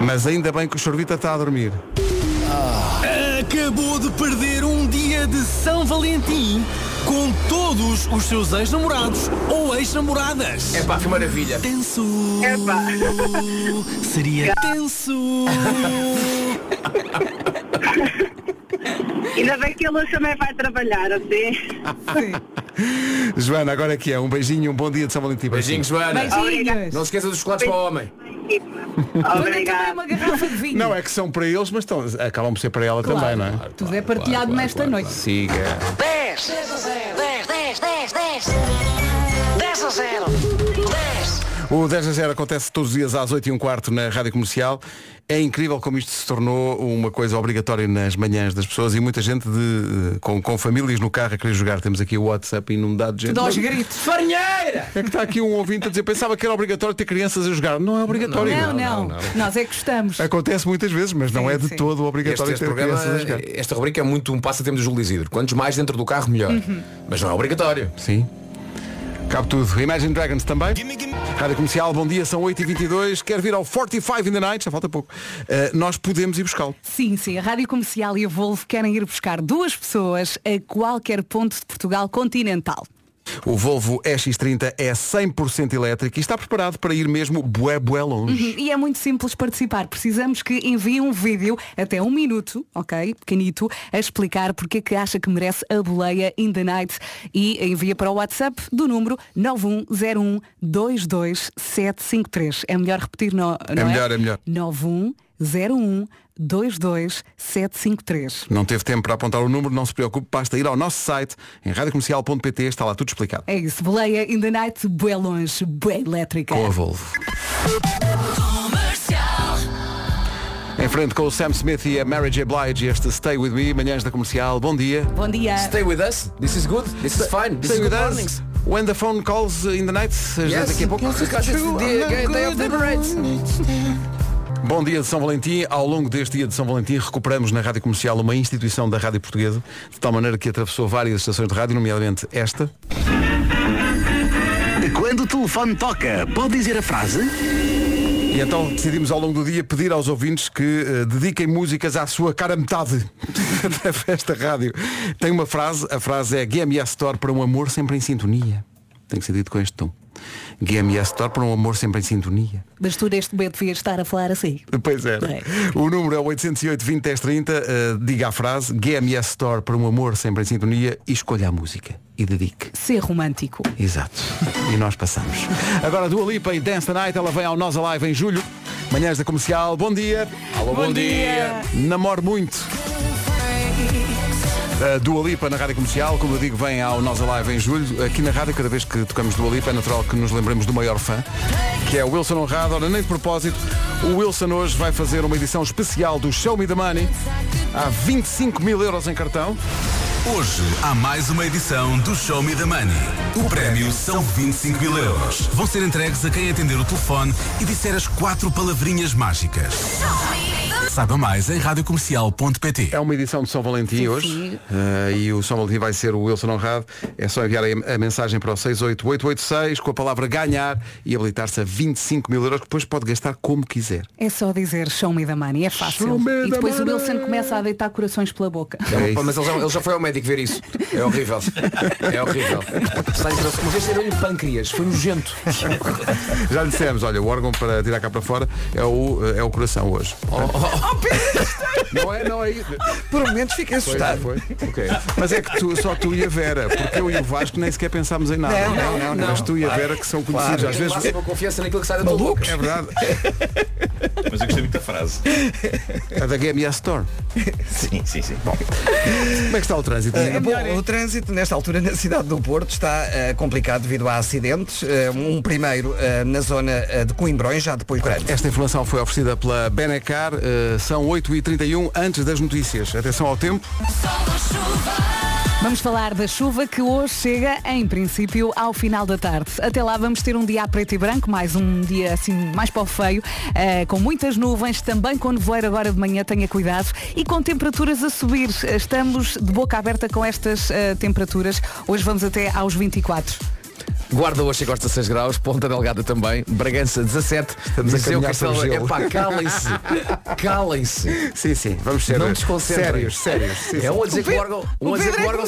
Speaker 2: Mas ainda bem que o Sorvita está a dormir.
Speaker 11: Acabou de perder um dia de São Valentim com todos os seus ex-namorados ou ex-namoradas.
Speaker 6: É pá, que maravilha.
Speaker 11: Tenso.
Speaker 8: Epá.
Speaker 11: Seria tenso.
Speaker 8: Ainda bem que a Luz também vai trabalhar, assim.
Speaker 2: Joana, agora aqui é. Um beijinho e um bom dia de São Valentim. para ti.
Speaker 6: Beijinhos, Joana.
Speaker 4: Beijinhos.
Speaker 6: Não se esqueça dos chocolates para o homem.
Speaker 4: Olha também
Speaker 8: Obrigada.
Speaker 4: uma garrafa de vinho.
Speaker 2: Não é que são para eles, mas estão, acabam por ser para ela
Speaker 4: Claro.
Speaker 2: também, não é?
Speaker 4: Tudo é partilhado nesta noite.
Speaker 6: Siga.
Speaker 12: 10 10 10 10 10 10 a 0 10
Speaker 2: O 10 a 0 acontece todos os dias às 8 e um quarto na Rádio Comercial. É incrível como isto se tornou uma coisa obrigatória nas manhãs das pessoas e muita gente de, eh, com, com famílias no carro a querer jogar. Temos aqui o WhatsApp inundado de gente.
Speaker 4: Dós gritos.
Speaker 6: Farinheira!
Speaker 2: É que está aqui um ouvinte a dizer, pensava que era obrigatório ter crianças a jogar. Não é obrigatório.
Speaker 4: Não, não,
Speaker 6: não, não.
Speaker 4: Nós é que gostamos.
Speaker 2: Acontece muitas vezes, mas não
Speaker 4: Sim,
Speaker 2: é de
Speaker 4: sim.
Speaker 2: todo
Speaker 6: Este,
Speaker 2: obrigatório
Speaker 6: este
Speaker 2: ter
Speaker 6: programa,
Speaker 2: crianças a jogar.
Speaker 6: esta rubrica é muito um passatempo do Júlio Isidro. Quantos mais dentro do carro, melhor. Mas não é obrigatório.
Speaker 2: Sim. Cabe tudo. Imagine Dragons também. Rádio Comercial, bom dia, são 8h22. Quer vir ao 45 in the night? Já falta pouco. Eh, nós podemos ir buscá-lo.
Speaker 4: Sim, sim. A Rádio Comercial e a Volvo querem ir buscar duas pessoas a qualquer ponto de Portugal continental.
Speaker 2: O Volvo EX30 é 100% elétrico e está preparado para ir mesmo bué, bué longe.
Speaker 4: Uhum, E é muito simples participar. Precisamos que envie um vídeo, até um minuto, ok? Pequenito, a explicar porque é que acha que merece a boleia in the night e envia para o WhatsApp do número 910122753. É melhor repetir, não, não um
Speaker 2: melhor, é melhor.
Speaker 4: 910122753.
Speaker 2: Não teve tempo para apontar o número, não se preocupe, basta ir ao nosso site em radiocomercial.pt, está lá tudo explicado.
Speaker 4: É isso, boleia in the night, bué longe, bué elétrica.
Speaker 2: Com a Volvo. Em frente com o Sam Smith e a Mary J. Blige, este Stay With Me, manhãs da comercial, bom dia.
Speaker 4: Bom dia.
Speaker 6: Stay with us. This is good. This is fine. This
Speaker 2: Stay
Speaker 6: is
Speaker 2: with
Speaker 6: good
Speaker 2: us.
Speaker 6: mornings.
Speaker 2: When the phone calls in the night, às vezes daqui a pouco.
Speaker 6: because it's the day- day of the parades.
Speaker 2: Bom dia de São Valentim. Ao longo deste dia de São Valentim recuperamos na Rádio Comercial uma instituição da Rádio Portuguesa, de tal maneira que atravessou várias estações de rádio, nomeadamente esta.
Speaker 5: Quando o telefone toca, pode dizer a frase?
Speaker 2: E então decidimos ao longo do dia pedir aos ouvintes que eh, dediquem músicas à sua cara metade da festa rádio. Tem uma frase, a frase é GMS Store para um amor sempre em sintonia. Tem que ser dito com este tom. GMS Store para um amor sempre em sintonia.
Speaker 4: Mas tu neste momento devias estar a falar assim.
Speaker 2: Pois é.
Speaker 4: É.
Speaker 2: O número é 808 20 10 30. eh, diga a frase GMS Store para um amor sempre em sintonia e escolha a música e dedique.
Speaker 4: Ser romântico.
Speaker 2: Exato. E nós passamos. Agora a Dua Lipa e Dance the Night, ela vem ao Nós Alive em julho. Manhãs da Comercial, bom dia.
Speaker 6: Alô, bom, dia.
Speaker 2: Namoro muito. A Dua Lipa na Rádio Comercial, como eu digo, vem ao Nós Alive em julho. Aqui na rádio, cada vez que tocamos Dua Lipa, é natural que nos lembremos do maior fã, que é o Wilson Honrado. Ora, nem de propósito, o Wilson hoje vai fazer uma edição especial do Show Me The Money. Há 25 mil euros em cartão.
Speaker 13: Hoje há mais uma edição do Show Me the Money. O prémio são 25 mil euros. Vão ser entregues a quem atender o telefone e disser as quatro palavrinhas mágicas. Saiba mais em radiocomercial.pt.
Speaker 2: É uma edição de São Valentim hoje eh, e o São Valentim vai ser o Wilson Honrado. É só enviar a, a mensagem para o 68886 com a palavra ganhar e habilitar-se a 25 mil euros que depois pode gastar como quiser.
Speaker 4: É só dizer show me the money, é fácil.
Speaker 2: Show me
Speaker 4: E
Speaker 2: the
Speaker 4: depois o
Speaker 2: money.
Speaker 4: Wilson começa a deitar corações pela boca.
Speaker 2: É isso.
Speaker 6: Mas ele já, ele já foi ao médico ver isso. É horrível. É horrível. Sai de- Uma vez deram-lhe pâncreas. Foi nojento.
Speaker 2: Já lhe dissemos, olha, o órgão para tirar cá para fora é o, é o coração hoje.
Speaker 6: Oh, oh,
Speaker 4: Oh, Pedro,
Speaker 2: Não é, não é isso.
Speaker 3: Por momentos fiquei
Speaker 2: Foi,
Speaker 3: assustado.
Speaker 2: foi. Ok. Mas é que tu, só tu e a Vera, porque eu e o Vasco nem sequer pensámos em nada.
Speaker 3: Não, não, não,
Speaker 2: Mas
Speaker 3: não.
Speaker 2: tu e a Vera que são conhecidos às vezes.
Speaker 6: Máxima confiança naquilo que sai da tua boca.
Speaker 2: Malucos. É verdade.
Speaker 14: Mas eu gostei muito da frase.
Speaker 2: É da Game Yes Store.
Speaker 14: Sim, sim, sim. Bom,
Speaker 2: como é que está o trânsito?
Speaker 3: Eh, bom, o trânsito nesta altura na cidade do Porto está eh, complicado devido a acidentes. Eh, um primeiro eh, na zona eh, de Coimbrões, já depois grande.
Speaker 2: Esta informação foi oferecida pela Benecar, eh, são 8h31 antes das notícias. Atenção ao tempo.
Speaker 4: Vamos falar da chuva que hoje chega, em princípio, ao final da tarde. Até lá vamos ter um dia a preto e branco, mais um dia assim mais para o feio, eh, com muitas nuvens, também com nevoeiro agora de manhã, tenha cuidado, e com temperaturas a subir. Estamos de boca aberta com estas eh, temperaturas. Hoje vamos até aos 24.
Speaker 6: Guarda hoje chega aos 16 graus, Ponta Delgada também, Bragança 17, Estamos
Speaker 2: a
Speaker 6: Viseu
Speaker 2: caminhar
Speaker 6: Castelo,
Speaker 2: sobre gelo.
Speaker 6: epá, calem-se, calem-se.
Speaker 2: Sim, sim, vamos ser
Speaker 6: Não desconcentrem.
Speaker 2: sérios, sérios. Sim,
Speaker 6: É um a
Speaker 2: sim.
Speaker 6: dizer que o órgão, um a dizer que o órgão,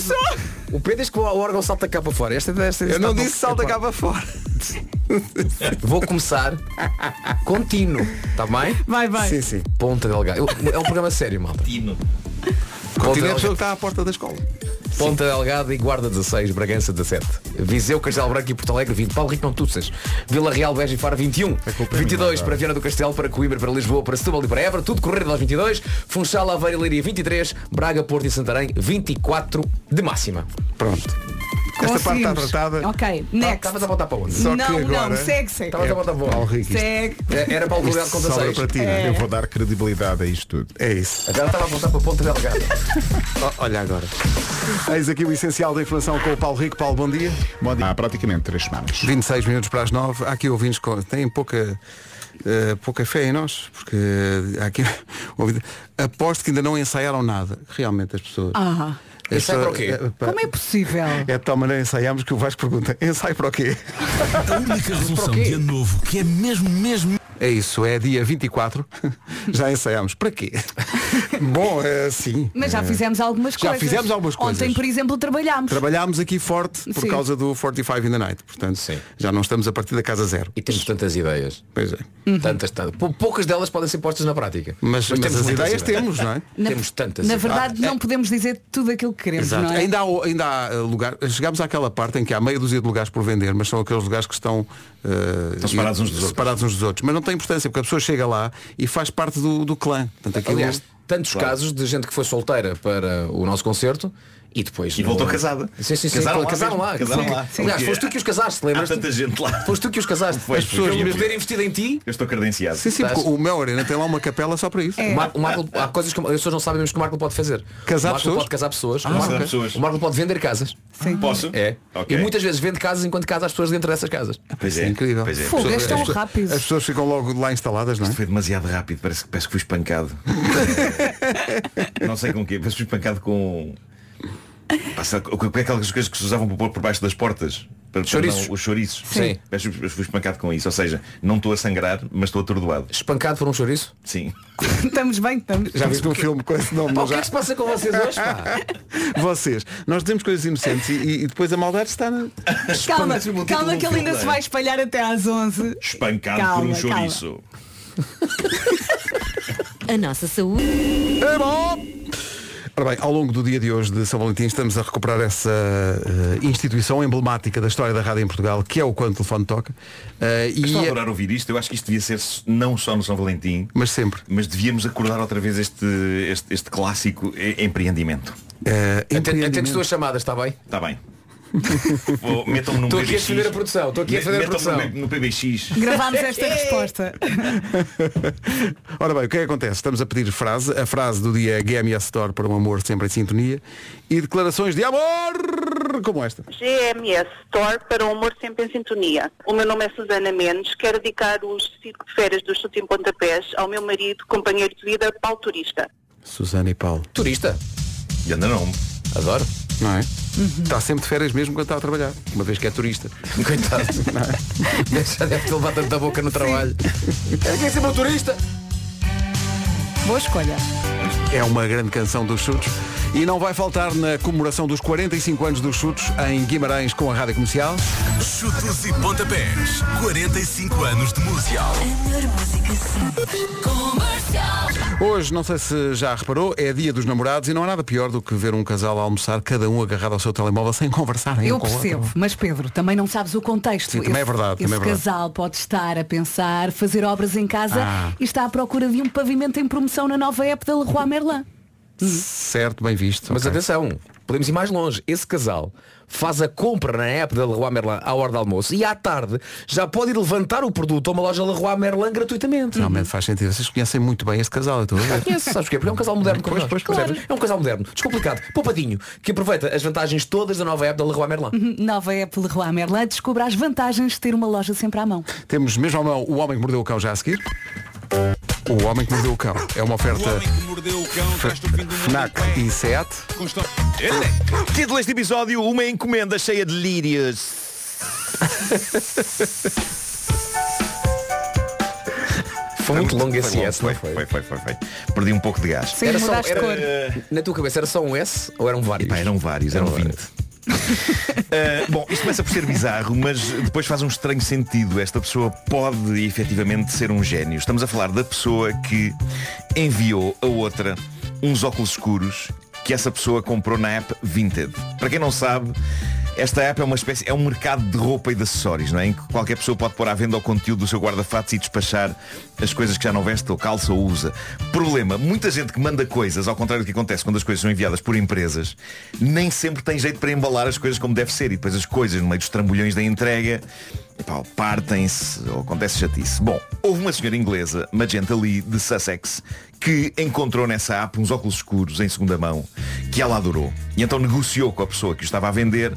Speaker 6: o Pedro diz que o órgão salta cá para fora. Esta, esta,
Speaker 2: Eu não disse salta cá para fora.
Speaker 6: Vou começar contínuo, está bem?
Speaker 4: Vai, vai.
Speaker 2: Sim, sim.
Speaker 6: Ponta Delgada. Eu- É um programa sério, malta.
Speaker 14: Tino.
Speaker 2: Continua a pessoa que está à porta da escola.
Speaker 6: Ponta Delgada e Guarda 16, Bragança 17, Viseu, Castelo Branco e Porto Alegre 20, Paulo Rico, não Tussas, Vila Real, Beja e um. Faro 21,
Speaker 2: é
Speaker 6: 22 para Viana do Castelo, para Coimbra, para Lisboa, para Setúbal e para Évora, tudo corrido aos 22, Funchal, Aveiro e Leiria 23, Braga, Porto e Santarém 24 de máxima.
Speaker 2: Pronto.
Speaker 6: Esta parte está
Speaker 4: Conseguimos.
Speaker 6: tratada.
Speaker 4: Ok, next.
Speaker 6: Ah,
Speaker 2: Tá,
Speaker 6: Estavas a voltar para onde?
Speaker 4: Não, não, segue, segue.
Speaker 3: É.
Speaker 6: Estavas a voltar
Speaker 3: Tá
Speaker 6: para
Speaker 14: Paulo
Speaker 6: onde?
Speaker 14: Rico, isto-
Speaker 4: Segue.
Speaker 6: É- Era Paulo Delgado com
Speaker 14: Isto sobra
Speaker 6: 16.
Speaker 14: para ti.
Speaker 4: É.
Speaker 14: Eu vou dar credibilidade a isto tudo.
Speaker 2: É isso.
Speaker 6: Agora estava a voltar para a Ponta Delgada.
Speaker 2: Olha agora. Eis aqui o essencial da informação com o Paulo Rico. Paulo, bom dia.
Speaker 14: Bom dia. Há praticamente três semanas.
Speaker 2: 26 minutos para as 9. Há aqui ouvintes que têm pouca, eh, pouca fé em nós, porque eh, há aqui ouvintes- aposto que ainda não ensaiaram nada. Realmente as pessoas.
Speaker 4: Ah,
Speaker 2: As
Speaker 6: Ensaio para o
Speaker 2: pessoas-
Speaker 6: quê?
Speaker 2: eh, pá,
Speaker 4: como é possível?
Speaker 2: É de tal maneira ensaiamos que o Vasco pergunta, ensaio para o quê?
Speaker 13: A única resolução de ano novo que é mesmo, mesmo.
Speaker 2: É isso, é dia 24. Já ensaiámos. Para quê? Bom, eh, sim.
Speaker 4: Mas já
Speaker 2: Eh,
Speaker 4: fizemos algumas
Speaker 2: já
Speaker 4: coisas.
Speaker 2: fizemos algumas coisas.
Speaker 4: Ontem, por exemplo, trabalhámos.
Speaker 2: Trabalhámos aqui forte por
Speaker 4: Sim.
Speaker 2: causa do 45 in the Night. Portanto, já não estamos a partir da casa zero.
Speaker 6: E temos tantas ideias.
Speaker 2: Pois é.
Speaker 4: Uhum.
Speaker 6: Tantas, tantas. Pou- Poucas delas podem ser postas na prática.
Speaker 2: Mas- mas as
Speaker 6: muitas
Speaker 2: ideias temos, não é?
Speaker 4: Na-
Speaker 6: Temos tantas.
Speaker 4: Na
Speaker 6: ideias.
Speaker 4: verdade,
Speaker 2: Ah,
Speaker 4: não podemos dizer tudo aquilo que queremos,
Speaker 2: Exato.
Speaker 4: não é?
Speaker 2: Ainda há, ainda há eh, lugar. Chegámos àquela parte em que há meia dúzia de lugares por vender, mas são aqueles lugares que estão, eh,
Speaker 14: Estão separados uns dos
Speaker 2: separados uns dos outros. Mas não tem importância, porque a pessoa chega lá e faz parte do, do clã. Portanto, aquilo-
Speaker 6: Aliás, tantos casos de gente que foi solteira para o nosso concerto e depois.
Speaker 14: E voltou casada.
Speaker 6: Sim, sim, sim.
Speaker 14: Casaram lá
Speaker 6: casaram
Speaker 14: mesmo.
Speaker 6: lá.
Speaker 14: Casaram
Speaker 6: Sim.
Speaker 14: lá.
Speaker 6: Sim. Aliás,
Speaker 14: Porque
Speaker 6: foste tu que os casaste,
Speaker 14: Há
Speaker 6: lembras?
Speaker 14: tanta gente lá.
Speaker 6: Foste tu que os casaste.
Speaker 14: Foi,
Speaker 6: As
Speaker 14: foi,
Speaker 6: pessoas
Speaker 14: foi,
Speaker 6: por
Speaker 14: foi.
Speaker 6: terem investido em ti.
Speaker 14: Eu estou credenciado.
Speaker 2: Sim, sim, porque o Mel Arena tem lá uma capela só para isso.
Speaker 6: O Mar- o Marco- há coisas que as pessoas não sabem mesmo que o Marco pode fazer.
Speaker 2: Casar
Speaker 6: o Marco
Speaker 2: pessoas?
Speaker 6: pode É. casar pessoas.
Speaker 2: Ah,
Speaker 6: o, Marco,
Speaker 14: casar pessoas.
Speaker 6: o Marco pode vender casas.
Speaker 14: Posso?
Speaker 6: É.
Speaker 14: Ok.
Speaker 6: E muitas vezes vende casas enquanto casa as pessoas dentro dessas casas.
Speaker 14: Pois
Speaker 2: É
Speaker 14: é.
Speaker 2: incrível.
Speaker 14: Pois é.
Speaker 4: Fogo, és tão rápido.
Speaker 2: As pessoas ficam logo lá instaladas, não é?
Speaker 14: Foi demasiado rápido, parece, parece que fui espancado. não sei com o quê, parece que fui espancado com. Passa, o que o que é aquelas coisas que se usavam para pôr por baixo das portas? Para, para
Speaker 6: Chouriços.
Speaker 14: não- os chouriços.
Speaker 6: Sim.
Speaker 14: Parece que fui espancado com isso. Ou seja, não estou a sangrar, mas estou atordoado.
Speaker 6: Espancado por um chouriço?
Speaker 14: Sim.
Speaker 4: Estamos bem, estamos.
Speaker 2: Já viste um filme com esse nome,
Speaker 6: Pá,
Speaker 2: não
Speaker 6: o que é
Speaker 2: já?
Speaker 6: que se passa com vocês hoje? pá?
Speaker 2: Vocês, nós dizemos coisas inocentes e, e- e depois a maldade está na.
Speaker 4: Calma,
Speaker 14: Espanta-se o
Speaker 2: um
Speaker 14: título
Speaker 4: calma
Speaker 14: do
Speaker 4: que ele ainda
Speaker 14: filme,
Speaker 4: se
Speaker 14: é?
Speaker 4: vai espalhar até às 11.
Speaker 14: Espancado por
Speaker 4: Calma,
Speaker 14: um
Speaker 4: calma.
Speaker 14: chouriço.
Speaker 15: A nossa saúde.
Speaker 2: É bom! Ora bem, ao longo do dia de hoje de São Valentim estamos a recuperar essa eh, instituição emblemática da história da rádio em Portugal, que é o Quando o Telefone Toca. Eh, e-
Speaker 6: é-
Speaker 14: Estou a adorar ouvir isto. Eu acho que isto devia ser não só no São Valentim,
Speaker 2: Mas sempre.
Speaker 14: mas devíamos acordar outra vez este, este, este clássico e- empreendimento.
Speaker 2: Eh,
Speaker 6: Atende atende as
Speaker 2: empreendimento-
Speaker 6: tuas chamadas, está bem?
Speaker 14: Está bem. Vou- Metam-me num
Speaker 6: Estou aqui a
Speaker 14: PBX.
Speaker 6: defender a produção, estou aqui a defender a
Speaker 14: Metam-me
Speaker 6: produção.
Speaker 14: no P- no PBX.
Speaker 4: Gravámos esta resposta.
Speaker 2: Ora bem, o que é que acontece? Estamos a pedir frase. A frase do dia é GMS Store para um amor sempre em sintonia. E declarações de amor como esta.
Speaker 8: GMS Store para o humor sempre em sintonia. O meu nome é Susana Mendes, quero dedicar os circo de férias do Chute em Pontapés ao meu marido, companheiro de vida, Paulo Turista.
Speaker 2: Susana e Paulo.
Speaker 6: Turista.
Speaker 14: E anda não.
Speaker 6: Adoro.
Speaker 2: Não é? Está sempre de férias mesmo quando está a trabalhar. Uma vez que é turista.
Speaker 6: Coitado. Já deve ter levado tanta boca no trabalho. É que é ser motorista.
Speaker 4: Boa escolha.
Speaker 2: É uma grande canção dos chutes E não vai faltar na comemoração dos 45 anos dos chutos em Guimarães com a Rádio Comercial.
Speaker 13: Chutos e pontapés. 45 anos de música.
Speaker 2: Hoje, não sei se já reparou, é dia dos namorados e não há nada pior do que ver um casal a almoçar, cada um agarrado ao seu telemóvel sem conversarem
Speaker 4: Eu
Speaker 2: um com o outro.
Speaker 4: percebo, mas Pedro, também não sabes o contexto.
Speaker 2: Sim, também é verdade,
Speaker 4: Esse
Speaker 2: também é verdade.
Speaker 4: casal pode estar a pensar, fazer obras em casa
Speaker 2: Ah.
Speaker 4: e está à procura de um pavimento em promoção na nova app da Leroy Merlin.
Speaker 2: Certo, bem visto.
Speaker 6: Mas atenção, podemos ir mais longe. Esse casal faz a compra na app da Leroy Merlin à hora do almoço e à tarde já pode ir levantar o produto a uma loja Leroy Merlin gratuitamente.
Speaker 2: Realmente faz sentido. Vocês conhecem muito bem este casal, eu estou a ver.
Speaker 6: Conheço, sabes porquê? Porque é um casal moderno como
Speaker 2: Pois,
Speaker 6: nós,
Speaker 2: pois,
Speaker 6: percebes?
Speaker 2: claro.
Speaker 6: É um casal moderno, descomplicado, poupadinho, que aproveita as vantagens todas da nova app da Leroy Merlin.
Speaker 4: Uhum, Nova app Leroy Merlin descobre as vantagens de ter uma loja sempre à mão.
Speaker 2: Temos mesmo à mão o Homem que Mordeu o Cão já a seguir. O Homem que Mordeu o Cão. É uma oferta
Speaker 10: Mordeu o cão, traz-te o fim do mundo.
Speaker 2: FNAC e SEAT.
Speaker 10: com esto-
Speaker 14: é
Speaker 15: Título deste episódio, uma encomenda cheia de lírias.
Speaker 6: Foi muito longo
Speaker 14: foi
Speaker 6: esse
Speaker 14: longo,
Speaker 6: S,
Speaker 14: foi,
Speaker 6: não foi?
Speaker 14: Foi, foi, foi, foi. Perdi um pouco de gás.
Speaker 6: Era só- era- Na tua cabeça era só um S ou eram vários?
Speaker 14: eram vários, eram 20. Uh, bom, isto começa por ser bizarro, mas depois faz um estranho sentido. Esta pessoa pode efetivamente ser um gênio. Estamos a falar da pessoa que enviou a outra uns óculos escuros que essa pessoa comprou na app Vinted. Para quem não sabe, esta app é uma espécie, é um mercado de roupa e de acessórios, não é? Em que qualquer pessoa pode pôr à venda o conteúdo do seu guarda-fatos e despachar as coisas que já não veste ou calça ou usa. Problema, muita gente que manda coisas, ao contrário do que acontece quando as coisas são enviadas por empresas, nem sempre tem jeito para embalar as coisas como deve ser e depois as coisas no meio dos trambolhões da entrega epá, partem-se ou acontece chatice. Bom, houve uma senhora inglesa, Magenta Lee, de Sussex, que encontrou nessa app uns óculos escuros em segunda mão que ela adorou. E então negociou com a pessoa que os estava a vender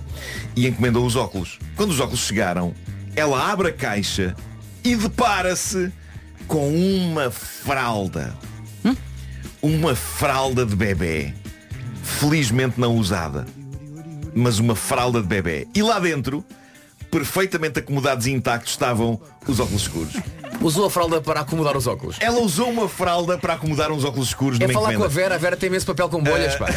Speaker 14: e encomendou os óculos. Quando os óculos chegaram, ela abre a caixa e depara-se com uma fralda. Uma fralda de bebê. Felizmente não usada. Mas uma fralda de bebê. E lá dentro, perfeitamente acomodados e intactos, estavam os óculos escuros.
Speaker 6: Usou a fralda para acomodar os óculos.
Speaker 14: Ela usou uma fralda para acomodar uns óculos escuros
Speaker 6: É
Speaker 14: numa
Speaker 6: falar com a
Speaker 14: encomenda.
Speaker 6: Vera, a Vera tem imenso papel com bolhas,
Speaker 14: Ah,
Speaker 6: pá.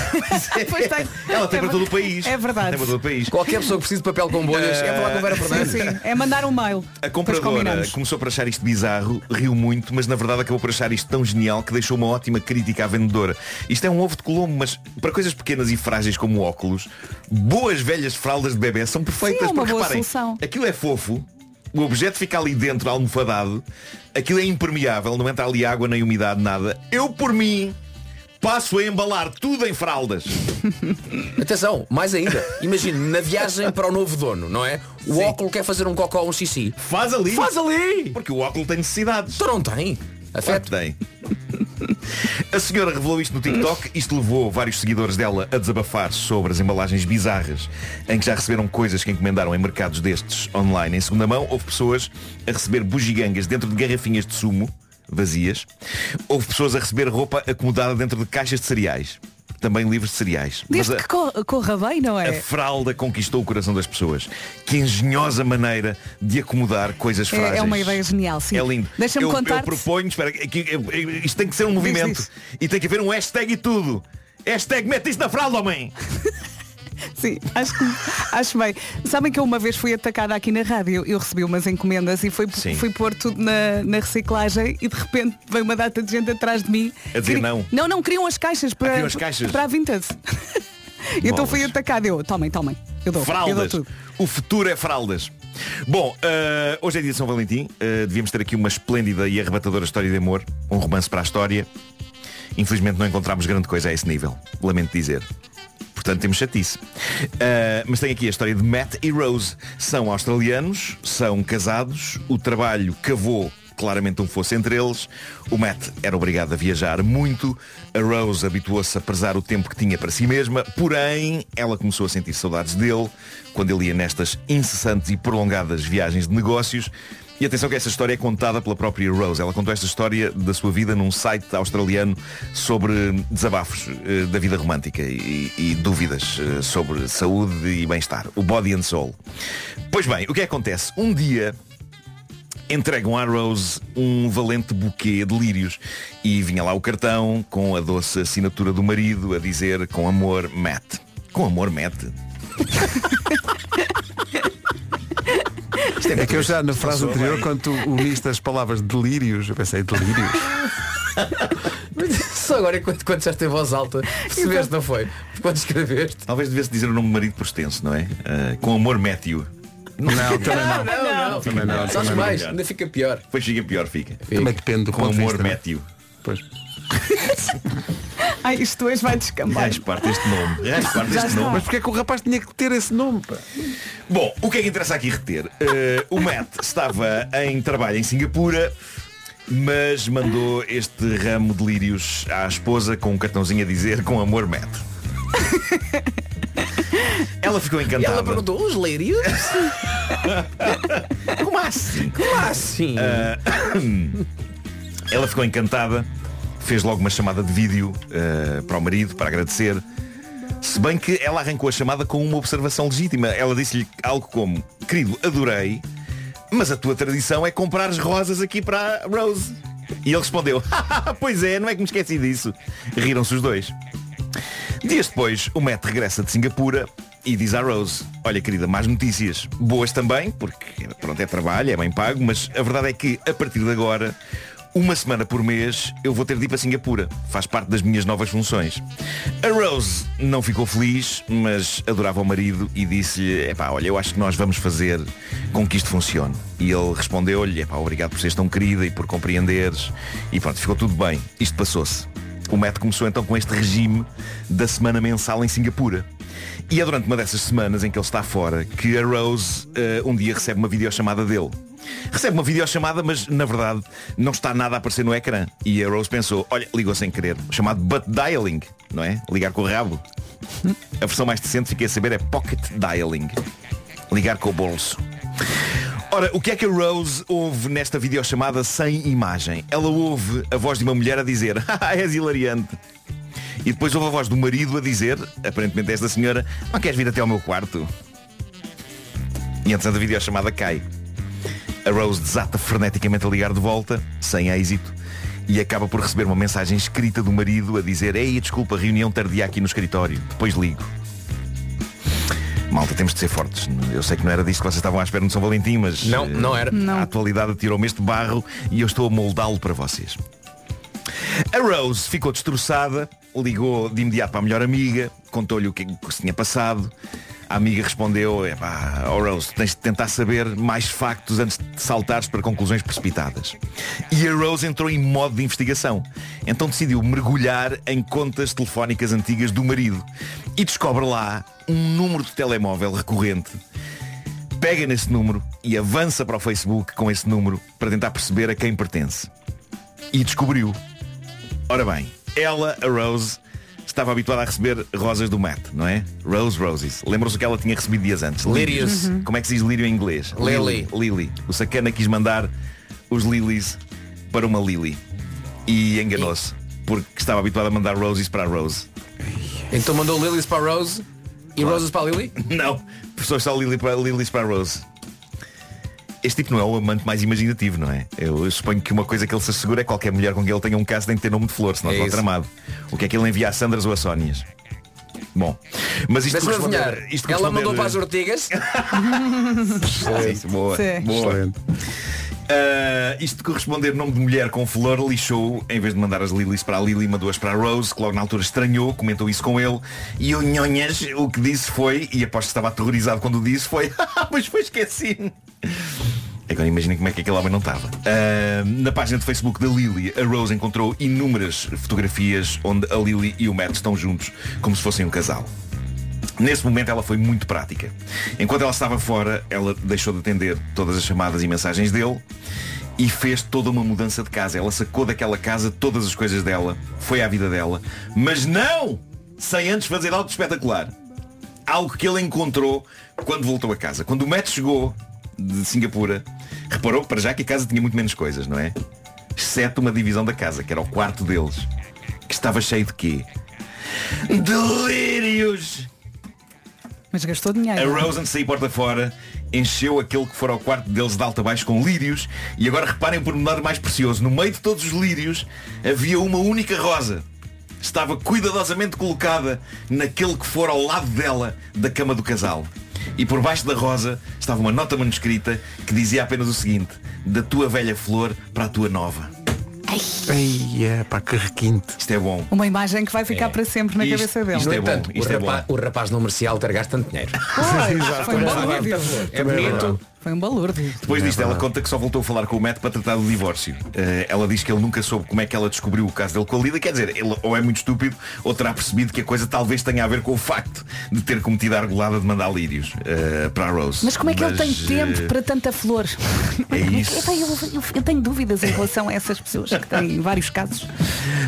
Speaker 4: Pois tem.
Speaker 14: Ela tem
Speaker 4: É
Speaker 14: para
Speaker 4: ver-
Speaker 14: todo o país.
Speaker 4: É verdade.
Speaker 14: Tem para todo o país.
Speaker 6: Qualquer pessoa que precise de papel com bolhas é falar com a Vera Fernandes.
Speaker 4: Sim, sim. É mandar um mail.
Speaker 14: A
Speaker 4: Depois
Speaker 14: compradora
Speaker 4: combinamos.
Speaker 14: começou por achar isto bizarro, riu muito, mas na verdade acabou por achar isto tão genial que deixou uma ótima crítica à vendedora. Isto é um ovo de colombo, mas para coisas pequenas e frágeis como óculos, boas velhas fraldas de bebê são perfeitas
Speaker 4: Sim, é uma
Speaker 14: porque
Speaker 4: boa
Speaker 14: reparem,
Speaker 4: solução.
Speaker 14: aquilo é fofo, o objeto fica ali dentro, almofadado, aquilo é impermeável, não entra ali água nem umidade, nada. Eu por mim passo a embalar tudo em fraldas.
Speaker 6: Atenção, mais ainda, imagina, na viagem para o novo dono, não é? O óculo quer fazer um cocó ou um xixi.
Speaker 14: Faz ali.
Speaker 6: Faz ali!
Speaker 14: Porque o óculo tem necessidades.
Speaker 6: Tu não tem. Afeto.
Speaker 14: Claro que tem. A senhora revelou isto no TikTok. Isto levou vários seguidores dela a desabafar sobre as embalagens bizarras em que já receberam coisas que encomendaram em mercados destes online em segunda mão. Houve pessoas a receber bugigangas dentro de garrafinhas de sumo vazias. Houve pessoas a receber roupa acomodada dentro de caixas de cereais. Também livros de cereais. Mas
Speaker 4: Desde
Speaker 14: a-
Speaker 4: que co- corra bem, não
Speaker 14: a
Speaker 4: é?
Speaker 14: fralda conquistou o coração das pessoas. Que engenhosa maneira de acomodar coisas
Speaker 4: É- é
Speaker 14: frágeis.
Speaker 4: uma ideia genial, sim.
Speaker 14: É lindo.
Speaker 4: Deixa-me
Speaker 14: eu, Eu
Speaker 4: contar-te-
Speaker 14: proponho, espera, que- que- eu- eu- isto tem que ser um movimento.
Speaker 4: diz.
Speaker 14: E tem que haver um hashtag e tudo. Hashtag mete isto na fralda, homem!
Speaker 4: Sim, acho, que- acho bem. Sabem que eu uma vez fui atacada aqui na rádio, eu recebi umas encomendas e fui,
Speaker 14: Sim.
Speaker 4: fui pôr tudo na, na reciclagem e de repente veio uma data de gente atrás de mim.
Speaker 14: A dizer
Speaker 4: Queri-
Speaker 14: não.
Speaker 4: Não, não, queriam as caixas para,
Speaker 14: queriam as caixas.
Speaker 4: para a Vintage. então fui atacada, eu, tomem, tomem, eu dou, eu dou
Speaker 14: Fraldas.
Speaker 4: tudo.
Speaker 14: O futuro é fraldas. Bom, eh, hoje é dia de São Valentim. Eh, devíamos ter aqui uma esplêndida e arrebatadora história de amor. Um romance para a história. Infelizmente não encontramos grande coisa a esse nível. Lamento dizer. Portanto, temos chatice. Eh, mas tem aqui a história de Matt e Rose. São australianos, são casados. O trabalho cavou claramente um fosse entre eles. O Matt era obrigado a viajar muito. A Rose habituou-se a prezar o tempo que tinha para si mesma. Porém, ela começou a sentir saudades dele quando ele ia nestas incessantes e prolongadas viagens de negócios. E atenção que esta história é contada pela própria Rose. Ela contou esta história da sua vida num site australiano sobre desabafos eh, da vida romântica e, e dúvidas eh, sobre saúde e bem-estar. O Body and Soul. Pois bem, o que é que acontece? Um dia entregam à Rose um valente buquê de lírios. E vinha lá o cartão com a doce assinatura do marido a dizer com amor, Matt. Com amor, Matt.
Speaker 2: É, que eu já na frase anterior, quando tu uniste as palavras delírios, eu pensei delírios.
Speaker 6: Só agora é quando, quando já esteve em voz alta, percebeste,
Speaker 4: Então-
Speaker 6: não foi? Quando escreveste.
Speaker 14: Talvez devesse dizer o nome do marido por extenso, não é? Ah, com amor, Matthew.
Speaker 2: Não, também não.
Speaker 4: Ah,
Speaker 6: não, não.
Speaker 14: Também não, Tá
Speaker 6: Sabes
Speaker 14: também não.
Speaker 6: mais, ainda fica pior.
Speaker 14: Pois fica pior, fica.
Speaker 2: Também depende do
Speaker 14: Com
Speaker 2: ponto de
Speaker 14: amor,
Speaker 2: vista, não é?
Speaker 14: Matthew.
Speaker 2: Pois.
Speaker 4: Ai, isto hoje vai descambar.
Speaker 14: Raios parte este nome. Raios parte
Speaker 4: Já
Speaker 14: este
Speaker 4: está.
Speaker 14: nome.
Speaker 2: Mas porque é que o rapaz tinha que ter esse nome? pá?
Speaker 14: Bom, o que é que interessa aqui reter? Eh, o Matt estava em trabalho em Singapura, mas mandou este ramo de lírios à esposa com um cartãozinho a dizer com amor Matt. Ela ficou
Speaker 6: E ela
Speaker 14: encantada.
Speaker 6: perguntou, os lírios?
Speaker 14: Como assim?
Speaker 6: Como assim?
Speaker 14: Ah, ela ficou encantada, fez logo uma chamada de vídeo ah, para o marido para agradecer. Se bem que ela arrancou a chamada com uma observação legítima. Ela disse-lhe algo como, querido, adorei, mas a tua tradição é comprar as rosas aqui para a Rose. E ele respondeu, "Ah, pois é, não é que me esqueci disso. Riram-se os dois. Dias depois, o Matt regressa de Singapura e diz à Rose, olha querida, mais notícias. Boas também, porque pronto, é trabalho, é bem pago, mas a verdade é que a partir de agora, uma semana por mês, eu vou ter de ir para Singapura. Faz parte das minhas novas funções. A Rose não ficou feliz, mas adorava o marido e disse-lhe, epá, olha, eu acho que nós vamos fazer com que isto funcione. E ele respondeu-lhe, epá, obrigado por seres tão querida e por compreenderes. E pronto, ficou tudo bem. Isto passou-se. O Matt começou então com este regime da semana mensal em Singapura. E é durante uma dessas semanas em que ele está fora que a Rose eh, um dia recebe uma videochamada dele. Recebe uma videochamada, mas na verdade não está nada a aparecer no ecrã. E a Rose pensou, olha, ligou sem querer. Chamado butt dialing, não é? Ligar com o rabo. A versão mais decente, fiquei a saber, é pocket dialing. Ligar com o bolso. Ora, o que é que a Rose ouve nesta videochamada sem imagem? Ela ouve a voz de uma mulher a dizer "Ah, és hilariante. E depois ouve a voz do marido a dizer, aparentemente esta senhora, não queres vir até ao meu quarto? E entretanto a videochamada cai. A Rose desata freneticamente a ligar de volta, sem êxito, e acaba por receber uma mensagem escrita do marido a dizer Ei, desculpa, reunião tardia aqui no escritório, depois ligo. Malta, temos de ser fortes. Eu sei que não era disso que vocês estavam à espera no São Valentim, mas
Speaker 6: Não,
Speaker 14: eh,
Speaker 6: não era. Não.
Speaker 14: a atualidade tirou-me este barro e eu estou a moldá-lo para vocês. A Rose ficou destroçada, ligou de imediato para a melhor amiga, contou-lhe o que, o que se tinha passado. A amiga respondeu, "Epá, oh Rose, tens de tentar saber mais factos antes de saltares para conclusões precipitadas. E a Rose entrou em modo de investigação. Então decidiu mergulhar em contas telefónicas antigas do marido e descobre lá um número de telemóvel recorrente pega nesse número e avança para o Facebook com esse número para tentar perceber a quem pertence. E descobriu. Ora bem, ela, a Rose, estava habituada a receber rosas do Matt, não é? Rose Roses. Lembram-se o que ela tinha recebido dias antes?
Speaker 6: Lírios. Uhum.
Speaker 14: Como é que se diz lírio em inglês?
Speaker 6: Lily.
Speaker 14: Lily. O sacana quis mandar os lilies para uma Lily. E enganou-se. Porque estava habituada a mandar roses para a Rose.
Speaker 6: Então mandou Lilies para a Rose e Roses para a Lily?
Speaker 14: Não, professor só Lily para, Lilies para a Rose. Este tipo não é o amante mais imaginativo, não é? Eu, eu suponho que uma coisa que ele se assegura é que qualquer mulher com quem ele tenha um caso tem que ter nome de flor, senão
Speaker 6: É
Speaker 14: está
Speaker 6: isso.
Speaker 14: tramado. O que é que ele envia a Sandras ou a Sónias? Bom, mas isto
Speaker 6: Deixa-me
Speaker 14: corresponde-
Speaker 6: adivinhar.
Speaker 14: isto
Speaker 6: Ela
Speaker 14: corresponde-
Speaker 6: mandou para as ortigas.
Speaker 14: é Excelente, É boa,
Speaker 6: Sim.
Speaker 14: boa. Ah, isto de corresponder nome de mulher com flor lixou, em vez de mandar as Lilies para a Lily, mandou-as para a Rose, que logo na altura estranhou, comentou isso com ele, e o Nhonhas o que disse foi, e aposto que estava aterrorizado quando o disse, foi, "Ah, mas foi esqueci Agora imaginem como é que aquele homem não estava. Ah, na página de Facebook da Lily, a Rose encontrou inúmeras fotografias onde a Lily e o Matt estão juntos, como se fossem um casal. Nesse momento ela foi muito prática. Enquanto ela estava fora, ela deixou de atender todas as chamadas e mensagens dele e fez toda uma mudança de casa. Ela sacou daquela casa todas as coisas dela, foi à vida dela, mas não sem antes fazer algo de espetacular. Algo que ele encontrou quando voltou a casa. Quando o Matt chegou de Singapura, reparou que para já que a casa tinha muito menos coisas, não é? Exceto uma divisão da casa, que era o quarto deles, que estava cheio de quê? Delírios!
Speaker 4: Mas gastou
Speaker 14: A
Speaker 4: dinheiro. É
Speaker 14: Rose, antes de sair porta fora, encheu aquele que for ao quarto deles de alta baixo com lírios e agora reparem por menor mais precioso. No meio de todos os lírios havia uma única rosa. Estava cuidadosamente colocada naquele que for ao lado dela da cama do casal. E por baixo da rosa estava uma nota manuscrita que dizia apenas o seguinte, da tua velha flor para a tua nova.
Speaker 2: Ai, é, pá, que requinte.
Speaker 14: Isto é bom.
Speaker 4: Uma imagem que vai ficar para sempre na
Speaker 14: É. Isto-
Speaker 4: cabeça dele.
Speaker 14: isto é bom.
Speaker 6: Portanto,
Speaker 14: Isto
Speaker 6: o,
Speaker 14: é
Speaker 6: rapaz, o rapaz não merecia ter gasto tanto dinheiro.
Speaker 4: Pois, foi um balúrdio.
Speaker 14: É bonito.
Speaker 4: Foi um balúrdio.
Speaker 14: Depois disto, ela conta que só voltou a falar com o Matt para tratar do divórcio. Eh, ela diz que ele nunca soube como é que ela descobriu o caso dele com a Lida. Quer dizer, ele ou é muito estúpido ou terá percebido que a coisa talvez tenha a ver com o facto de ter cometido a argolada de mandar lírios eh, para a Rose.
Speaker 4: Mas como é que ele tem
Speaker 14: Mas,
Speaker 4: tempo
Speaker 14: eh,
Speaker 4: para tanta flor?
Speaker 14: É isso.
Speaker 4: Epá, Eu, eu- eu tenho dúvidas em relação a essas pessoas que têm vários casos.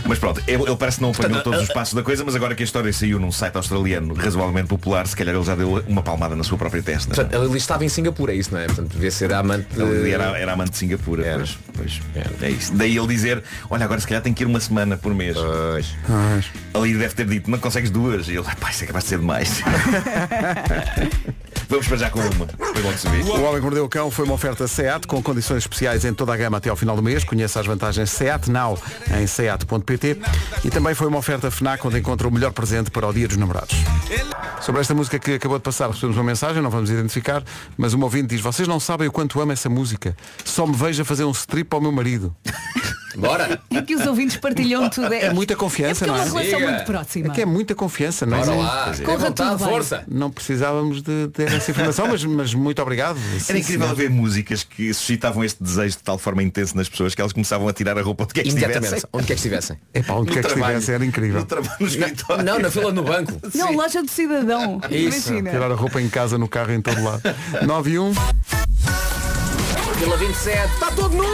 Speaker 14: Mas pronto, ele, ele parece que não apanhou todos os passos da coisa, mas agora que a história saiu num site australiano razoavelmente popular, se calhar ele já deu uma palmada na sua própria testa.
Speaker 6: Portanto, a Lili estava em Singapura, é isso, não é? Portanto, devia ser a amante. de-
Speaker 14: Então, Ele era, era amante de Singapura, pois. pois. É isso. Daí ele dizer, olha, agora se calhar tem que ir uma semana por mês. Pois. Ali deve ter dito, não consegues duas. E ele, pá, isso é capaz de ser demais. Vamos para já com uma. Depois logo se vê.
Speaker 2: O Homem que Mordeu o Cão foi uma oferta SEAT com condições especiais em toda a gama até ao final do mês. Conheça as vantagens SEAT Now em seat.pt e também foi uma oferta FNAC onde encontra o melhor presente para o Dia dos Namorados. Sobre esta música que acabou de passar recebemos uma mensagem, não vamos identificar, mas um ouvinte diz, vocês não sabem o quanto amo essa música, só me vejo a fazer um strip ao meu marido.
Speaker 6: Bora!
Speaker 4: E que os ouvintes partilham tudo.
Speaker 2: É muita confiança,
Speaker 4: é
Speaker 2: não
Speaker 4: porque
Speaker 2: é?
Speaker 4: É uma relação
Speaker 2: Diga.
Speaker 4: muito próxima.
Speaker 2: É que é muita confiança, não
Speaker 6: Bora
Speaker 2: é?
Speaker 6: lá.
Speaker 2: Pois é.
Speaker 4: Corra É vontade, tudo bem. força.
Speaker 2: Não precisávamos de ter essa informação, mas, mas muito obrigado.
Speaker 14: Era
Speaker 2: Sim,
Speaker 14: incrível
Speaker 2: senhor.
Speaker 14: ver músicas que suscitavam este desejo de tal forma intenso nas pessoas que elas começavam a tirar a roupa onde quer que estivessem.
Speaker 6: Imediatamente, onde quer que estivessem.
Speaker 2: Epá, onde
Speaker 14: No
Speaker 2: quer que
Speaker 14: trabalho.
Speaker 2: estivesse, era incrível.
Speaker 6: Não, não, na fila no banco.
Speaker 4: Não, loja do cidadão. Imagina.
Speaker 2: Tirar a roupa em casa, no carro, em todo lado. um. 9 e 1.
Speaker 6: Vila 27, está todo nu!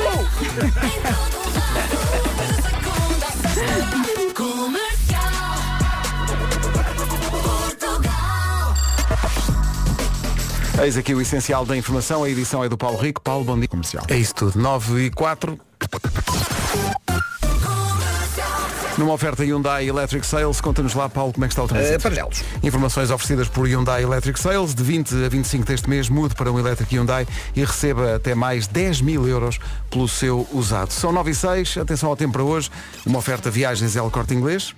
Speaker 2: Eis aqui o essencial da informação. A edição é do Paulo Rico. Paulo, bom dia. Comercial. É isso tudo. 9 e 4. Numa oferta Hyundai Electric Sales, conta-nos lá, Paulo, como é que está o trânsito?
Speaker 3: Eh, paralelos.
Speaker 2: Informações oferecidas por Hyundai Electric Sales, de 20 a 25 deste mês, mude para um Electric Hyundai e receba até mais 10 mil euros pelo seu usado. São 9 e 6, atenção ao tempo para hoje, uma oferta viagens L Corte Inglês.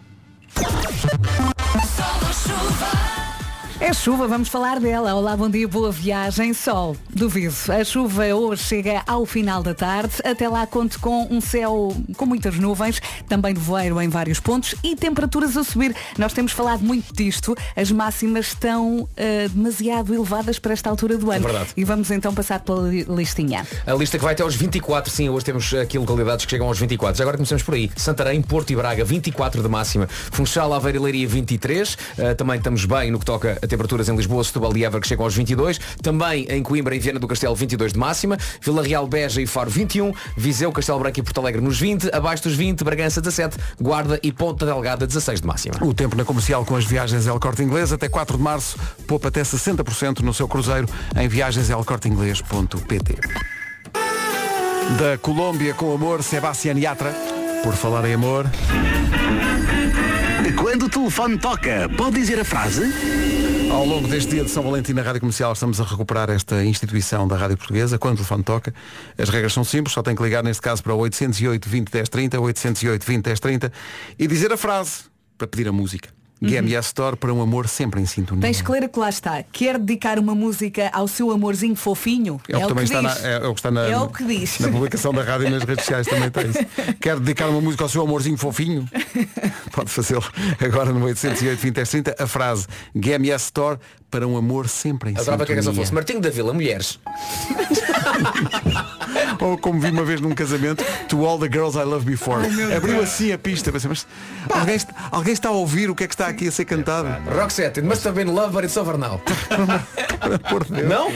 Speaker 4: É chuva, vamos falar dela. Olá, bom dia, boa viagem, sol. Duvido. A chuva hoje chega ao final da tarde. Até lá conto com um céu com muitas nuvens, também de voeiro em vários pontos e temperaturas a subir. Nós temos falado muito disto. As máximas estão eh, demasiado elevadas para esta altura
Speaker 2: É
Speaker 4: do ano.
Speaker 6: verdade.
Speaker 4: E vamos então passar pela li- listinha.
Speaker 6: A lista que vai até aos 24, sim, hoje temos aqui localidades que chegam aos 24. Já agora começamos por aí. Santarém, Porto e Braga, 24 de máxima. Funchal, Aveiro e Leiria, 23. Eh, também estamos bem no que toca a temperaturas em Lisboa, Setúbal e Évora, que chegam aos 22. Também em Coimbra e Viana do Castelo, 22 de máxima. Vila Real, Beja e Faro, 21. Viseu, Castelo Branco e Porto Alegre, nos 20. Abaixo dos 20, Bragança, 17. Guarda e Ponta Delgada, 16 de máxima.
Speaker 2: O tempo na comercial com as viagens El Corte Inglês até 4 de março poupa até 60% no seu cruzeiro em viagenselcorteinglês.pt. Da Colômbia com amor, Sebastián Yatra. Por falar em amor,
Speaker 5: Quando o telefone toca, pode dizer a frase?
Speaker 2: ao longo deste dia de São Valentim na Rádio Comercial estamos a recuperar esta instituição da Rádio Portuguesa. Quando o telefone toca, as regras são simples, só tem que ligar neste caso para o 808 20 10 30, 808 20 10 30 e dizer a frase para pedir a música. GMS Store para um amor sempre em sintonia.
Speaker 4: Uhum. Tens clara que lá está. Quer dedicar uma música ao seu amorzinho fofinho?
Speaker 2: É o que também está, na,
Speaker 4: diz.
Speaker 2: é, é o que está na,
Speaker 4: É o que diz.
Speaker 2: na publicação da rádio e nas redes sociais também tem isso. Quer dedicar uma música ao seu amorzinho fofinho? Pode fazê-lo agora no 808 20 10 30 a frase GMS Store para um amor sempre em
Speaker 6: Adorava que a canção
Speaker 2: sintonia.
Speaker 6: fosse Martinho da Vila, Mulheres.
Speaker 2: Ou como vi uma vez num casamento, To All the Girls I Love Before.
Speaker 6: Ai, Oh, meu
Speaker 2: Abriu
Speaker 6: Deus.
Speaker 2: assim a pista, pensei, mas alguém, est- alguém está a ouvir o que é que está aqui a ser cantado?
Speaker 6: Roxette, it must have been love, but it's over now. Não?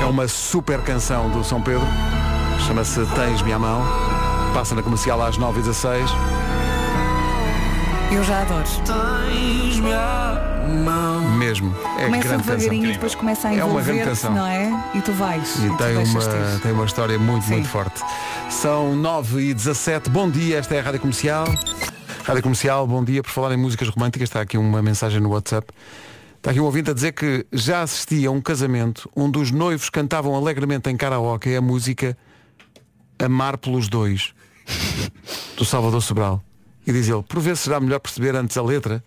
Speaker 2: É uma super canção do São Pedro. Chama-se Tens Minha Mão. Passa na comercial às 9h16.
Speaker 4: Eu já adoro.
Speaker 2: Mesmo. É grande
Speaker 4: começa
Speaker 2: canção.
Speaker 4: devagarinho e depois começa a
Speaker 2: É uma grande
Speaker 4: envolver-te,
Speaker 2: canção.
Speaker 4: não é? E tu vais.
Speaker 2: E tem
Speaker 4: tu deixas
Speaker 2: uma,
Speaker 4: ter.
Speaker 2: tem uma história muito, muito forte. São 9 e 17 Bom dia, esta é a Rádio Comercial. Rádio Comercial, bom dia. Por falar em músicas românticas, está aqui uma mensagem no WhatsApp Está aqui um ouvinte a dizer que já assisti a um casamento onde os noivos cantavam alegremente em karaoke a música Amar pelos Dois, do Salvador Sobral. E diz ele, por vezes será melhor perceber antes a letra,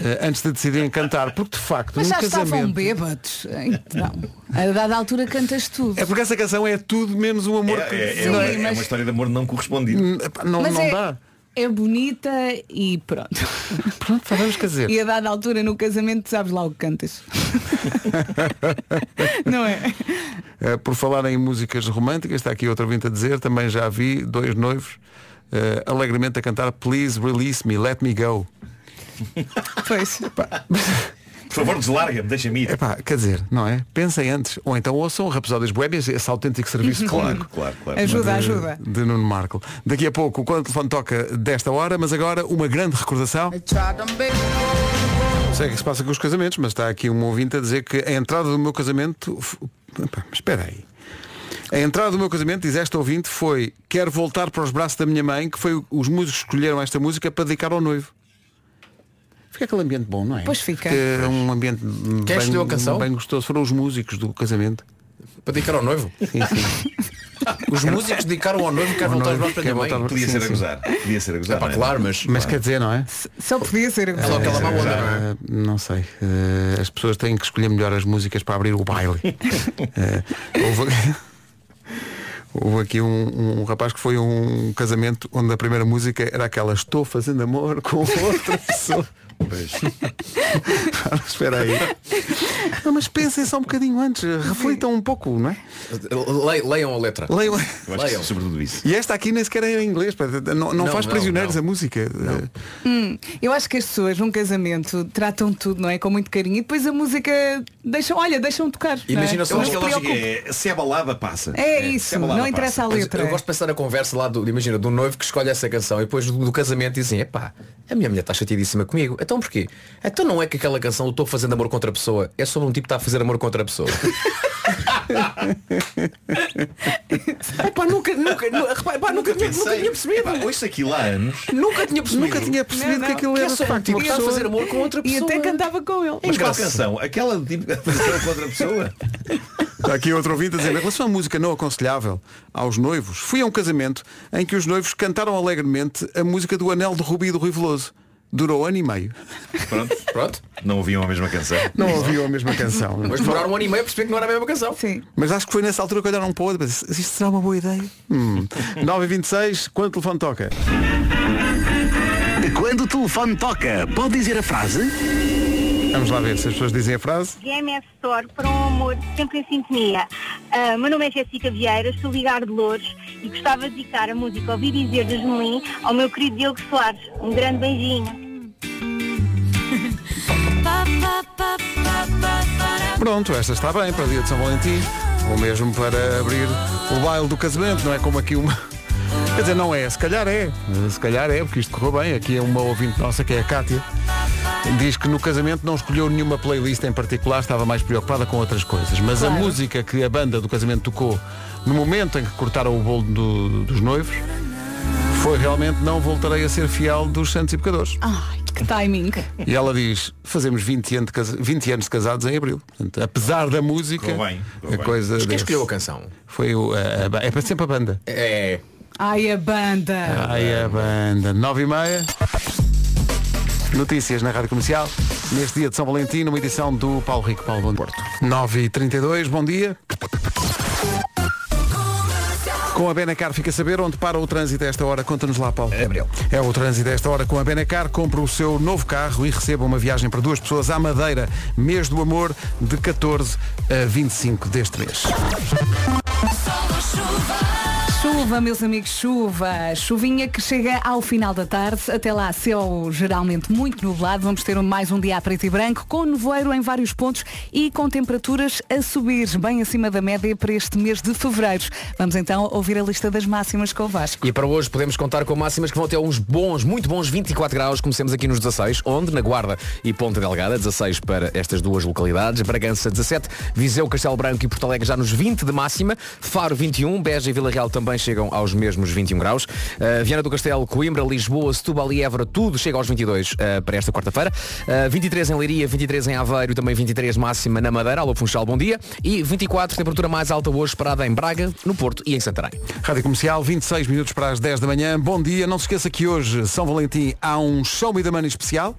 Speaker 2: eh, antes de decidirem cantar, porque de facto,
Speaker 4: Mas
Speaker 2: num
Speaker 4: já estavam
Speaker 2: um casamento...
Speaker 4: bêbados. Então, a dada altura cantas tudo.
Speaker 2: É porque essa canção é tudo menos um amor que... Hum.
Speaker 14: É, é
Speaker 4: Sim,
Speaker 14: uma, é
Speaker 4: mas-
Speaker 14: uma história de amor não correspondida.
Speaker 2: Não,
Speaker 4: Mas
Speaker 2: não
Speaker 4: é,
Speaker 2: dá.
Speaker 4: É bonita e pronto.
Speaker 2: Pronto, vamos dizer.
Speaker 4: E a dada altura no casamento sabes lá o que cantas. não é?
Speaker 2: Eh, por falar em músicas românticas, está aqui outra vinte a dizer, também já vi dois noivos eh, alegremente a cantar Please Release Me, Let Me Go.
Speaker 4: Pois.
Speaker 14: Por favor, deslarga-me, deixa-me ir.
Speaker 2: Epá, quer dizer, não é? Pensem antes. Ou então ouçam Rapsódias Boémias, esse autêntico
Speaker 4: Uhum.
Speaker 2: serviço
Speaker 14: Claro,
Speaker 2: de-
Speaker 14: claro, claro.
Speaker 4: Ajuda,
Speaker 2: de,
Speaker 4: ajuda.
Speaker 2: De Nuno Marco. Daqui a pouco, quando o telefone toca desta hora, mas agora uma grande recordação. Não sei o que se passa com os casamentos, mas está aqui um ouvinte a dizer que a entrada do meu casamento. f- Epá, mas espera aí. A entrada do meu casamento, diz esta ouvinte, foi Quero voltar para os braços da minha mãe, que foi o- os músicos que escolheram esta música para dedicar ao noivo. Fica aquele ambiente bom, não é?
Speaker 4: Pois fica.
Speaker 2: Que é um ambiente bem,
Speaker 6: escolheu a canção?
Speaker 2: bem gostoso. Foram os músicos do casamento.
Speaker 6: Para dedicar ao noivo?
Speaker 2: Sim, sim.
Speaker 6: Os músicos dedicaram ao noivo que quer
Speaker 2: Ao
Speaker 6: voltar aos
Speaker 2: noivo,
Speaker 6: braços da
Speaker 2: quer
Speaker 6: minha mãe.
Speaker 2: voltar-
Speaker 14: Podia
Speaker 2: Sim,
Speaker 14: ser a
Speaker 2: sim.
Speaker 14: gozar. Podia ser a gozar.
Speaker 6: É pá,
Speaker 14: não
Speaker 6: claro, mas- é
Speaker 2: Mas quer dizer, não é?
Speaker 4: Só podia ser agora.
Speaker 6: aquela má onda, não é?
Speaker 2: Ah, não sei. Ah, as pessoas têm que escolher melhor as músicas para abrir o baile. Ah, houve... houve aqui um, um rapaz que foi a um casamento onde a primeira música era aquela Estou fazendo amor com outra pessoa. Ah, Espera aí. Não, mas pensem só um bocadinho antes, reflitam um pouco, não é?
Speaker 6: Le- Leiam a letra.
Speaker 2: Leiam.
Speaker 14: Eu acho
Speaker 6: Leiam.
Speaker 14: que sobretudo isso.
Speaker 2: E esta aqui nem sequer é em inglês, pá. não, não,
Speaker 6: Não,
Speaker 2: faz
Speaker 6: não,
Speaker 2: prisioneiros
Speaker 6: não.
Speaker 2: a música. Ah,
Speaker 4: Hum, eu acho que as pessoas num casamento tratam tudo, não é? Com muito carinho e depois a música deixam, olha, deixam tocar. não é?
Speaker 6: Imagina só
Speaker 14: Eu
Speaker 4: Não
Speaker 14: acho que
Speaker 4: se
Speaker 14: a lógica
Speaker 4: preocupem.
Speaker 14: é se a balada passa.
Speaker 4: É
Speaker 14: se
Speaker 4: isso,
Speaker 14: a balada
Speaker 4: não interessa a
Speaker 14: passa.
Speaker 6: Mas
Speaker 4: letra. é?
Speaker 6: Eu gosto de pensar na conversa lá do, imagina, do noivo que escolhe essa canção e depois do, do casamento dizem, epá, a minha mulher está chateadíssima comigo. Então porquê? Então não é que aquela canção do estou fazendo amor contra a pessoa, é sobre um tipo que está a fazer amor contra a pessoa. epá, nunca, nunca, nu- repara, epá, nunca, tinha- nunca tinha percebido.
Speaker 14: Epá, ouço aquilo há anos.
Speaker 4: É
Speaker 6: Nunca tinha percebido.
Speaker 2: Nunca tinha percebido
Speaker 4: Não,
Speaker 2: que
Speaker 4: não.
Speaker 2: aquilo
Speaker 6: Que é
Speaker 2: era
Speaker 6: só
Speaker 2: de
Speaker 6: um
Speaker 2: facto
Speaker 6: tipo
Speaker 2: uma
Speaker 6: que está a
Speaker 2: pessoa.
Speaker 6: fazer amor com outra
Speaker 4: E
Speaker 6: pessoa.
Speaker 4: até cantava com ele.
Speaker 14: Mas qual canção? Aquela de tipo canção contra a pessoa?
Speaker 2: Está aqui outro ouvinte a dizer, em relação à música não aconselhável aos noivos, fui a um casamento em que os noivos cantaram alegremente a música do Anel de Rubi e do Rui Veloso. Durou ano e meio.
Speaker 14: Pronto.
Speaker 6: Pronto.
Speaker 14: Não ouviam a mesma canção.
Speaker 2: Não ouviam a mesma canção.
Speaker 6: Mas demoraram um ano e meio a perceber que não era a mesma canção.
Speaker 4: Sim.
Speaker 2: Mas acho que foi nessa altura que olharam um para o outro. e pensaram, Isto será uma boa ideia? Hum. 9h26, quando o telefone toca?
Speaker 5: Quando o telefone toca, pode dizer a frase?
Speaker 2: Vamos lá ver se as pessoas dizem a frase.
Speaker 8: GMF Store para um amor sempre em sintonia. Ah, meu nome é Jéssica Vieira, estou a ligar de Louros e gostava de dedicar a música Ouvir Dizer dos Melim ao meu querido Diogo Soares. Um grande beijinho.
Speaker 2: Pronto, esta está bem para o dia de São Valentim. Ou mesmo para abrir o baile do casamento, não é como aqui uma. Quer dizer, não é, se calhar é. Se calhar é, porque isto correu bem. Aqui é uma ouvinte nossa, que é a Cátia. Diz que no casamento não escolheu nenhuma playlist em particular, estava mais preocupada com outras coisas. Mas a
Speaker 4: Claro.
Speaker 2: música que a banda do casamento tocou no momento em que cortaram o bolo do- dos noivos foi realmente Não Voltarei a Ser Fiel dos Santos e Pecadores.
Speaker 4: Ai, que timing.
Speaker 2: E ela diz, fazemos 20 anos de, casa- 20 anos de casados em abril. Portanto, apesar da música,
Speaker 14: Correu bem, correu
Speaker 2: a
Speaker 14: bem.
Speaker 2: coisa
Speaker 6: Mas quem é
Speaker 2: desse-
Speaker 6: escolheu a canção?
Speaker 2: foi o, a- a ba- é para sempre a banda.
Speaker 6: É.
Speaker 4: Ai, a banda.
Speaker 2: Ai, Ah, a banda. 9 e meia. Notícias na Rádio Comercial. Neste dia de São Valentim, uma edição do Paulo Rico Paulo Bom Porto. 9 e 32 bom dia. Com a Benacar fica a saber onde para o trânsito a esta hora. Conta-nos lá, Paulo.
Speaker 3: Abril.
Speaker 2: É o trânsito a esta hora com a Benacar. Compre o seu novo carro e receba uma viagem para duas pessoas à Madeira. Mês do Amor, de 14 a 25 deste mês.
Speaker 4: Chuva, meus amigos, chuva. Chuvinha que chega ao final da tarde. Até lá, céu geralmente muito nublado. Vamos ter mais um dia a preto e branco, com nevoeiro em vários pontos e com temperaturas a subir, bem acima da média para este mês de fevereiro. Vamos então ouvir a lista das máximas com o Vasco.
Speaker 6: E para hoje podemos contar com máximas que vão ter uns bons, muito bons 24 graus. Comecemos aqui nos 16, onde na Guarda e Ponta Delgada, 16 para estas duas localidades, Bragança 17, Viseu, Castelo Branco e Porto Alegre já nos 20 de máxima, Faro 21, Beja e Vila Real também também chegam aos mesmos 21 graus. Uh, Viana do Castelo, Coimbra, Lisboa, Setúbal e Évora, tudo chega aos 22 uh, para esta quarta-feira. Uh, 23 em Leiria, 23 em Aveiro, também 23 máxima na Madeira. Alô Funchal, bom dia. E 24, temperatura mais alta hoje esperada em Braga, no Porto e em Santarém.
Speaker 2: Rádio Comercial, 26 minutos para as 10 da manhã. Bom dia, não se esqueça que hoje, São Valentim, há um Show Me the Money especial.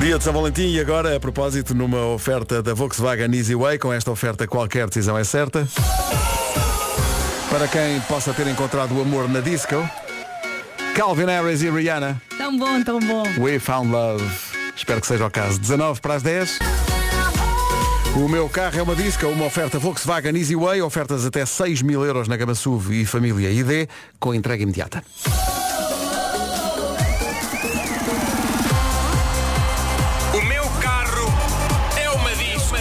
Speaker 16: Dia de São Valentim e agora, a propósito, numa oferta da Volkswagen Easy Way, com esta oferta qualquer decisão é certa.
Speaker 2: Para quem possa ter encontrado o amor na disco, Calvin Harris e Rihanna,
Speaker 4: Tão bom, tão bom.
Speaker 2: We Found Love. Espero que seja o caso. 19 para as 10. O meu carro é uma disca, uma oferta Volkswagen Easy Way, ofertas até 6 mil euros na gama SUV e família ID, com entrega imediata.
Speaker 17: O meu carro é uma disco.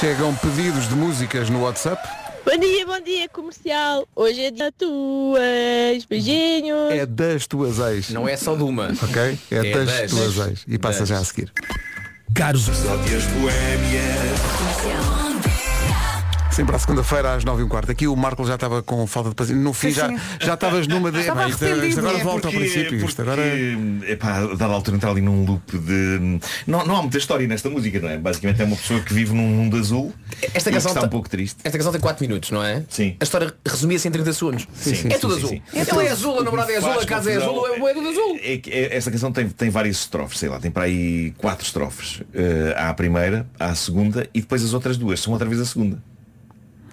Speaker 2: Chegam pedidos de músicas no WhatsApp.
Speaker 18: Bom dia, bom dia, comercial. Hoje é dia tuas. Beijinhos.
Speaker 2: É das tuas ex.
Speaker 6: Não é só de uma.
Speaker 2: Ok? É,
Speaker 6: É
Speaker 2: das,
Speaker 6: das.
Speaker 2: tuas ex. E passa já a seguir.
Speaker 11: Caros.
Speaker 2: Sempre à segunda-feira às 9 e um quarto. Aqui o Marco já estava com falta de paciência. No fim
Speaker 14: Sim,
Speaker 2: já,
Speaker 14: sim. é
Speaker 2: já estavas numa de. Epá, isto, é, isto agora volta ao princípio. Isto agora...
Speaker 14: Porque, epá, dada altura entrar ali num loop de. Não, não há muita história nesta música, não é? Basicamente é uma pessoa que vive num mundo azul
Speaker 6: Esta
Speaker 14: e que
Speaker 6: canção
Speaker 14: está
Speaker 6: tá-
Speaker 14: um pouco triste.
Speaker 6: Esta canção tem 4 minutos, não é? Sim. A história resumia-se em 30 segundos.
Speaker 14: Sim, sim,
Speaker 6: é tudo
Speaker 14: sim,
Speaker 6: azul.
Speaker 14: sim, sim.
Speaker 6: Ela é azul, a namorada é azul, a casa é azul, é é tudo azul.
Speaker 14: É que, é, esta canção tem, tem várias estrofes, sei lá, tem para aí quatro estrofes. Eh, há a primeira, há a segunda e depois as outras duas. São outra vez a segunda.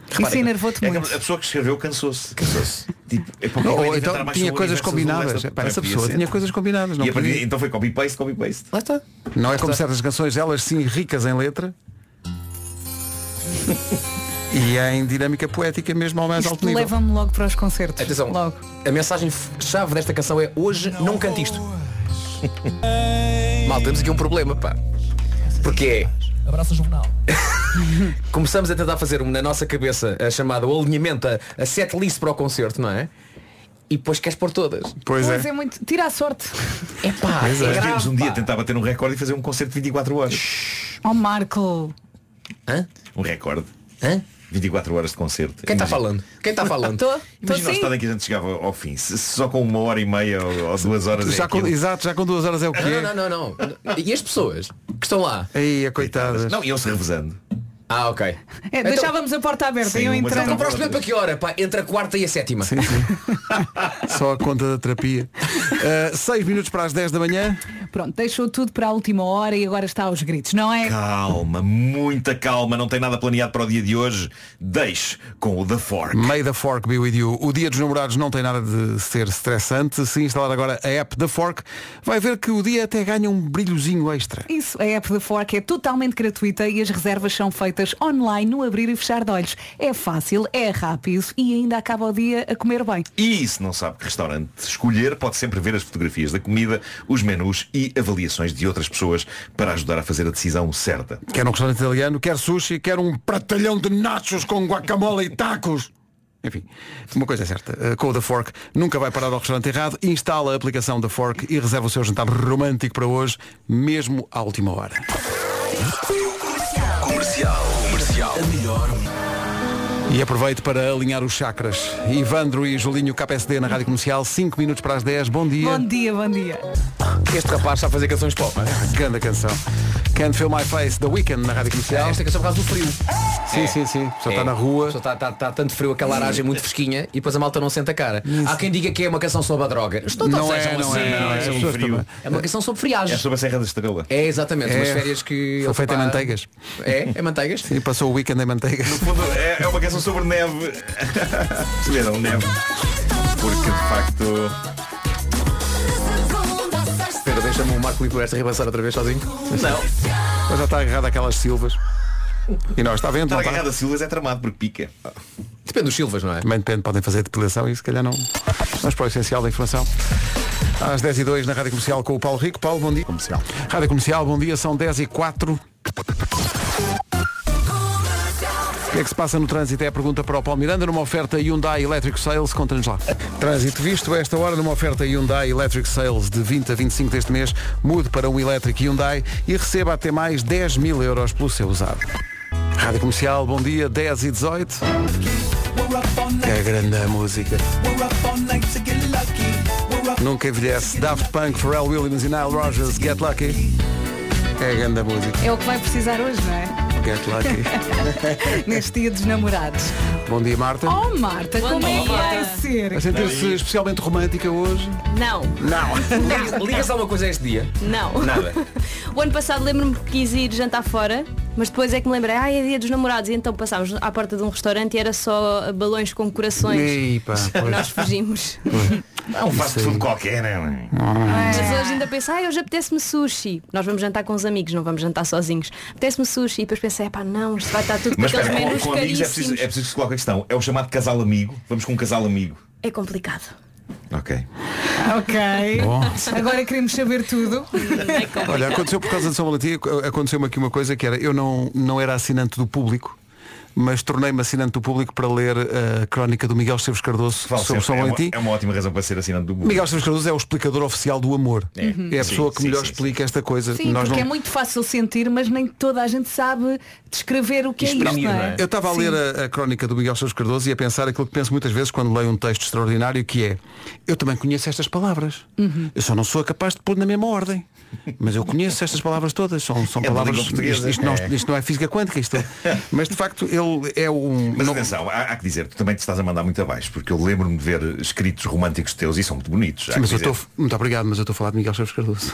Speaker 4: Isso enervou-te
Speaker 14: É que
Speaker 4: muito.
Speaker 14: a pessoa que escreveu cansou-se. Cansou-se. Tipo, é para
Speaker 2: Ou
Speaker 14: alguém inventar
Speaker 2: então
Speaker 14: mais
Speaker 2: tinha
Speaker 14: sobre
Speaker 2: coisas
Speaker 14: universo azul
Speaker 2: combinadas.
Speaker 14: desta-
Speaker 2: Epá,
Speaker 14: Não,
Speaker 2: essa
Speaker 14: podia
Speaker 2: pessoa
Speaker 14: ser.
Speaker 2: tinha coisas combinadas. Não,
Speaker 14: E a partir-
Speaker 2: podia-
Speaker 14: Então foi copy-paste, copy-paste.
Speaker 6: Lá está.
Speaker 2: não é como certas canções, elas sim ricas em letra. e em dinâmica poética mesmo ao mais alto
Speaker 4: Isto
Speaker 2: nível.
Speaker 4: leva-me logo para os concertos.
Speaker 6: Atenção,
Speaker 4: Logo.
Speaker 6: a mensagem f- chave desta canção é hoje não, cante isto. Mal, temos aqui um problema, pá. Porque é,
Speaker 11: Abraça jornal.
Speaker 6: começamos a tentar fazer um na nossa cabeça a chamada o alinhamento, a, a set list para o concerto, não é? E depois queres pôr todas.
Speaker 4: Pois é muito. Tira a sorte. É pá,
Speaker 14: Mas
Speaker 4: é
Speaker 14: temos
Speaker 4: grave.
Speaker 14: um dia tentar bater um recorde e fazer um concerto de 24 horas.
Speaker 4: Oh Marco.
Speaker 14: Um recorde. 24 horas de concerto.
Speaker 4: Quem tá
Speaker 14: Imagina-
Speaker 4: falando? Quem tá falando? Tô- tô
Speaker 14: Imagina o
Speaker 6: Então,
Speaker 4: sim.
Speaker 14: estado em que a gente chegava ao fim. Se, se só com uma hora e meia ou, ou duas horas.
Speaker 2: Já
Speaker 14: é
Speaker 2: com,
Speaker 14: aquilo.
Speaker 2: exato, já com duas horas é o que é.
Speaker 6: Não, não, não, não. E as pessoas que estão lá?
Speaker 2: Aí, a coitadas.
Speaker 14: Não, iam-se revezando.
Speaker 6: Ah, ok.
Speaker 4: É, deixávamos a porta aberta e eu entrando.
Speaker 6: Então para o escolher para que hora? Pá, entre a quarta e a sétima.
Speaker 2: Sim, sim. Só a conta da terapia. 6 minutos para as 10 da manhã.
Speaker 4: Pronto, deixou tudo para a última hora e agora está aos gritos, não é?
Speaker 14: Calma, muita calma. Não tem nada planeado para o dia de hoje. Deixe com o The Fork.
Speaker 2: May the Fork be with you. O dia dos namorados não tem nada de ser estressante. Se instalar agora a app da Fork, vai ver que o dia até ganha um brilhozinho extra.
Speaker 4: Isso, a app da Fork é totalmente gratuita e as reservas são feitas online no abrir e fechar de olhos. É fácil, é rápido e ainda acaba o dia a comer bem.
Speaker 14: E se não sabe que restaurante escolher, pode sempre ver as fotografias da comida, os menus e avaliações de outras pessoas para ajudar a fazer a decisão certa.
Speaker 2: Quer um restaurante italiano, quer sushi, quer um pratalhão de nachos com guacamole e tacos. Enfim, uma coisa é certa, eh, com o The Fork nunca vai parar ao restaurante errado, instala a aplicação The Fork e reserva o seu jantar romântico para hoje, mesmo à última hora.
Speaker 13: Comercial. Comercial. A melhor.
Speaker 2: E aproveito para alinhar os chakras. Ivandro e Julinho KPSD na Rádio Comercial, 5 minutos para as 10, bom dia.
Speaker 4: Bom dia, bom dia.
Speaker 6: Este rapaz está a fazer canções pop.
Speaker 2: Grande canção. Can't Feel My Face, The Weekend na Rádio Comercial.
Speaker 6: Esta canção por causa do frio.
Speaker 2: Sim, sim, sim. É. Só está na rua.
Speaker 6: Só está tá, tá tanto frio, aquela aragem muito fresquinha e depois a malta não sente a cara. Há quem diga que é uma canção sobre a droga. Isto
Speaker 2: Não é,
Speaker 6: sejam
Speaker 2: não
Speaker 6: assim.
Speaker 2: é, não é. As pessoas também.
Speaker 6: É uma canção sobre friagem.
Speaker 14: É sobre a Serra da Estrela.
Speaker 6: É exatamente,
Speaker 2: É.
Speaker 6: umas férias que.
Speaker 2: Foi feita em
Speaker 6: pá,
Speaker 2: manteigas.
Speaker 6: É? É manteigas?
Speaker 2: Sim, passou o weekend em manteigas.
Speaker 14: É, é uma canção sobre neve. Perceberam? Neve. Porque de facto.
Speaker 6: Espera, deixa-me o Marco ir por esta rebaçar outra vez sozinho. Não.
Speaker 2: Mas já está agarrado àquelas silvas. E nós, está vendo? tá?
Speaker 14: Estar agarrado a Silvas é tramado porque pica.
Speaker 6: Depende dos Silvas, não é?
Speaker 2: Também depende, podem fazer depilação e se calhar não. Mas para o essencial da informação. Às 10 e 02 na Rádio Comercial com o Paulo Rico. Paulo, bom dia. Comercial. Rádio Comercial, bom dia, são 10 e 04 O que é que se passa no trânsito? É a pergunta para o Paulo Miranda numa oferta Hyundai Electric Sales. Conta-nos lá. Trânsito visto a esta hora numa oferta Hyundai Electric Sales de 20 a 25 deste mês. Mude para um elétrico Hyundai e receba até mais 10 mil euros pelo seu usado. Rádio Comercial, bom dia, 10 e 18. Que é grande a música. Nunca envelhece. Daft Punk, Pharrell Williams e Nile Rogers, Get Lucky. É grande a música.
Speaker 4: É o que vai precisar hoje, não é?
Speaker 2: Get Lucky. É.
Speaker 4: Neste dia dos namorados.
Speaker 2: Bom dia, Marta.
Speaker 4: Oh, Marta,
Speaker 19: Bom
Speaker 4: como é que
Speaker 19: dia.
Speaker 4: vai ser?
Speaker 2: A sentir-se especialmente romântica hoje?
Speaker 19: Não.
Speaker 6: Não. Ligas alguma coisa a este dia?
Speaker 19: Não.
Speaker 6: Nada.
Speaker 19: O ano passado lembro-me que quis ir jantar fora, mas depois é que me lembrei, ah, é dia dos namorados, e então passámos à porta de um restaurante e era só balões com corações.
Speaker 2: Ei, pá, pois.
Speaker 19: Nós fugimos.
Speaker 14: É um fast food qualquer, não é?
Speaker 19: Mas hoje ainda pensei, ah, hoje apetece-me sushi. Nós vamos jantar com os amigos, não vamos jantar sozinhos. Apetece-me sushi. E depois pensei, pá, não, isto vai estar tudo com
Speaker 14: Mas
Speaker 19: aqueles
Speaker 14: espera, com,
Speaker 19: menus
Speaker 14: com amigos é preciso,
Speaker 19: caríssimos.
Speaker 14: é preciso que se coloque a questão. É o chamado casal amigo. Vamos com um casal amigo.
Speaker 19: É complicado.
Speaker 14: Ok.
Speaker 4: Ok.
Speaker 2: Bom.
Speaker 4: Agora queremos saber tudo.
Speaker 2: Olha, aconteceu por causa de São Valentim, ac- aconteceu-me aqui uma coisa que era, eu não, não era assinante do público, mas tornei-me assinante do público para ler eh, a crónica do Miguel Esteves Cardoso
Speaker 14: Vale
Speaker 2: sobre
Speaker 14: sempre.
Speaker 2: São
Speaker 14: é, uma,
Speaker 2: Valentim.
Speaker 14: é uma ótima razão para ser assinante do Google.
Speaker 2: Miguel Esteves Cardoso é o explicador oficial do amor. É,
Speaker 14: Uhum.
Speaker 2: a
Speaker 14: Sim,
Speaker 2: pessoa que
Speaker 14: sim,
Speaker 2: melhor
Speaker 14: sim,
Speaker 2: explica esta coisa.
Speaker 4: Sim,
Speaker 2: Nós
Speaker 4: porque
Speaker 2: não-
Speaker 4: é muito fácil sentir, mas nem toda a gente sabe descrever o que é isto, não é?
Speaker 2: Eu estava a ler a, a crónica do Miguel Sousa Cardoso e a pensar aquilo que penso muitas vezes quando leio um texto extraordinário que é eu também conheço estas palavras.
Speaker 4: Uhum.
Speaker 2: Eu só não sou capaz de pôr na mesma ordem. Mas eu conheço estas palavras todas. São, são
Speaker 14: É da
Speaker 2: palavras.
Speaker 14: língua portuguesa.
Speaker 2: Isto, isto não,
Speaker 14: É.
Speaker 2: isto não é física quântica. Isto, mas de facto ele é um.
Speaker 14: Mas
Speaker 2: não-
Speaker 14: atenção, há, há que dizer, tu também te estás a mandar muito abaixo, porque eu lembro-me de ver escritos românticos teus e são muito bonitos. há
Speaker 2: Sim, mas
Speaker 14: que
Speaker 2: eu
Speaker 14: dizer.
Speaker 2: estou. Muito obrigado, mas eu estou a falar de Miguel Sousa Cardoso.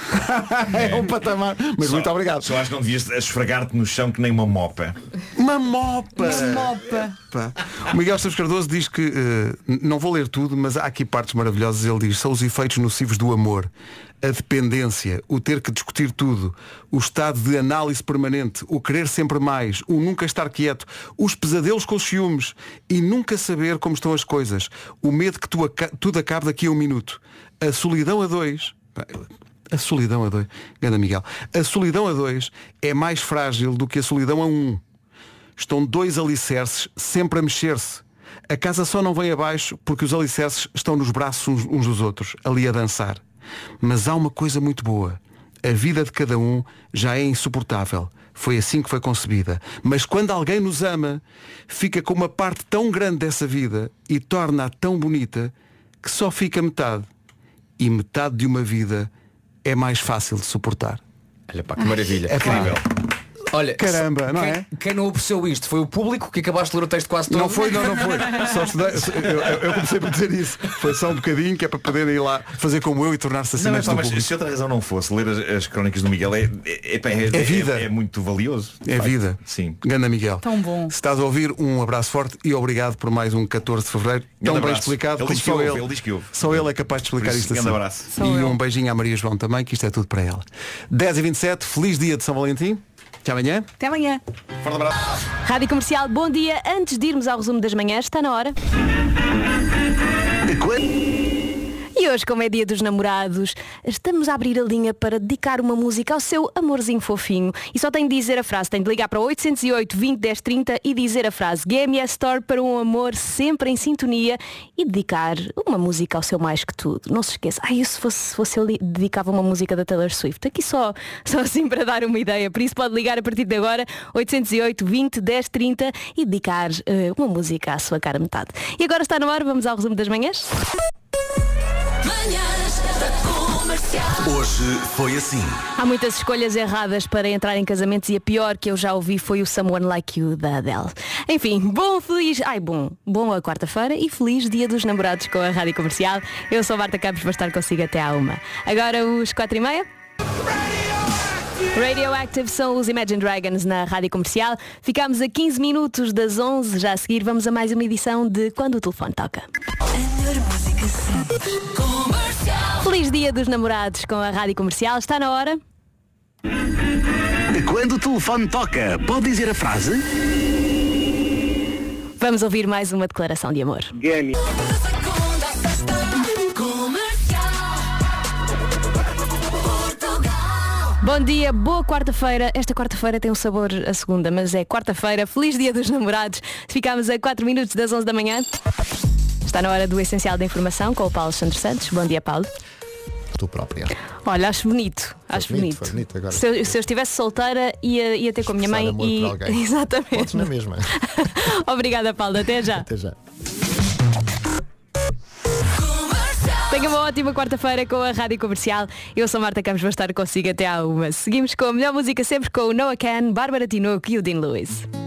Speaker 2: é um patamar. Mas
Speaker 14: Só-
Speaker 2: muito obrigado.
Speaker 14: Só acho que não devias esfregar-te no chão que nem uma mopa.
Speaker 2: Uma mopa.
Speaker 4: Mopa.
Speaker 2: Pá. O Miguel Esteves Cardoso diz que, eh, não vou ler tudo, mas há aqui partes maravilhosas. Ele diz, são os efeitos nocivos do amor, a dependência, o ter que discutir tudo, o estado de análise permanente, o querer sempre mais, o nunca estar quieto, os pesadelos com os ciúmes e nunca saber como estão as coisas, o medo que tu aca- tudo acabe daqui a um minuto, a solidão a dois. Pá, A solidão a dois. Ganda Miguel. A solidão a dois é mais frágil do que a solidão a um estão dois alicerces sempre a mexer-se. A casa só não vem abaixo porque os alicerces estão nos braços uns, uns dos outros, ali a dançar. Mas há uma coisa muito boa. A vida de cada um já é insuportável. Foi assim que foi concebida. Mas quando alguém nos ama, fica com uma parte tão grande dessa vida e torna-a tão bonita que só fica metade. E metade de uma vida é mais fácil de suportar.
Speaker 6: Olha pá, que maravilha.
Speaker 2: É pá. Incrível.
Speaker 6: Olha,
Speaker 2: Caramba, não
Speaker 6: quem,
Speaker 2: é?
Speaker 6: Quem não apreciou isto foi o público que acabaste de ler o texto quase todo.
Speaker 2: Não foi, não, não foi. Só estudei, eu, eu- eu comecei por dizer isso. Foi só um bocadinho que é para poderem ir lá fazer como eu e tornar-se assim
Speaker 14: Não, é
Speaker 2: do
Speaker 14: pá, mas
Speaker 2: público.
Speaker 14: se outra razão não fosse, ler as, as crónicas do Miguel é, é, é, pá, é-
Speaker 2: É vida.
Speaker 14: é- é muito valioso.
Speaker 2: É
Speaker 14: Pá,
Speaker 2: vida.
Speaker 14: Sim.
Speaker 2: Ganda Miguel.
Speaker 4: Tão bom.
Speaker 2: Se estás a ouvir, um abraço forte e obrigado por mais um 14 de Fevereiro. Tão
Speaker 14: Grande
Speaker 2: bem
Speaker 14: abraço.
Speaker 2: explicado
Speaker 14: Ele
Speaker 2: como
Speaker 14: diz que
Speaker 2: só
Speaker 14: ouve,
Speaker 2: ele.
Speaker 14: ele diz que ouve.
Speaker 2: Só ele é capaz de explicar
Speaker 14: Por isso,
Speaker 2: isto assim.
Speaker 14: grande abraço.
Speaker 2: E
Speaker 14: Sou
Speaker 4: eu.
Speaker 2: um beijinho à Maria João também, que isto é tudo para ela. 10 e 27, feliz dia de São Valentim. Até amanhã.
Speaker 19: Até amanhã.
Speaker 14: Forte abraço.
Speaker 19: Rádio Comercial, bom dia. Antes de irmos ao resumo das manhãs, está na hora. E hoje, como é dia dos namorados, estamos a abrir a linha para dedicar uma música ao seu amorzinho fofinho. E só tem de dizer a frase, tem de ligar para o 808 20 10 30 e dizer a frase GMS Store para um amor sempre em sintonia e dedicar uma música ao seu mais que tudo. Não se esqueça, ah, isso fosse, fosse eu li- dedicava uma música da Taylor Swift. Aqui só, só assim para dar uma ideia. Por isso pode ligar a partir de agora 808 20 10 30 e dedicar eh, uma música à sua cara metade. E agora está no ar, vamos ao resumo das manhãs.
Speaker 13: Hoje foi assim.
Speaker 19: Há muitas escolhas erradas para entrar em casamentos e a pior que eu já ouvi foi o Someone Like You da Adele. Enfim, bom, feliz, ai bom, bom a quarta-feira e feliz dia dos namorados com a Rádio Comercial. Eu sou a Marta Campos, vou estar consigo até à uma. Agora os quatro e meia. Radioactive são os Imagine Dragons na Rádio Comercial. Ficamos a 15 minutos das 11, já a seguir vamos a mais uma edição de Quando o Telefone Toca. Feliz dia dos namorados com a Rádio Comercial, está na hora.
Speaker 5: Quando o telefone toca, pode dizer a frase?
Speaker 19: Vamos ouvir mais uma declaração de amor. Bom dia, boa quarta-feira. Esta quarta-feira tem um sabor a segunda, mas é quarta-feira. Feliz dia dos namorados. Ficámos a 4 minutos das 11 da manhã. Está na hora do Essencial da Informação com o Paulo Santos Santos. Bom dia, Paulo.
Speaker 20: tu própria?
Speaker 19: Olha, acho bonito. acho
Speaker 20: bonito,
Speaker 19: bonito.
Speaker 20: foi bonito agora.
Speaker 19: Se, eu, se eu estivesse solteira, ia, ia ter com a minha
Speaker 20: Expressar
Speaker 19: mãe
Speaker 20: amor
Speaker 19: e.
Speaker 20: por alguém. Podes
Speaker 19: Exatamente.
Speaker 20: na mesma.
Speaker 19: Obrigada, Paulo. Até já.
Speaker 20: Até já.
Speaker 19: Tenha uma ótima quarta-feira com a Rádio Comercial. Eu sou a Marta Campos, vou estar consigo até à uma. Seguimos com a melhor música sempre com o Noah Can, Bárbara Tinoco e o Dean Lewis.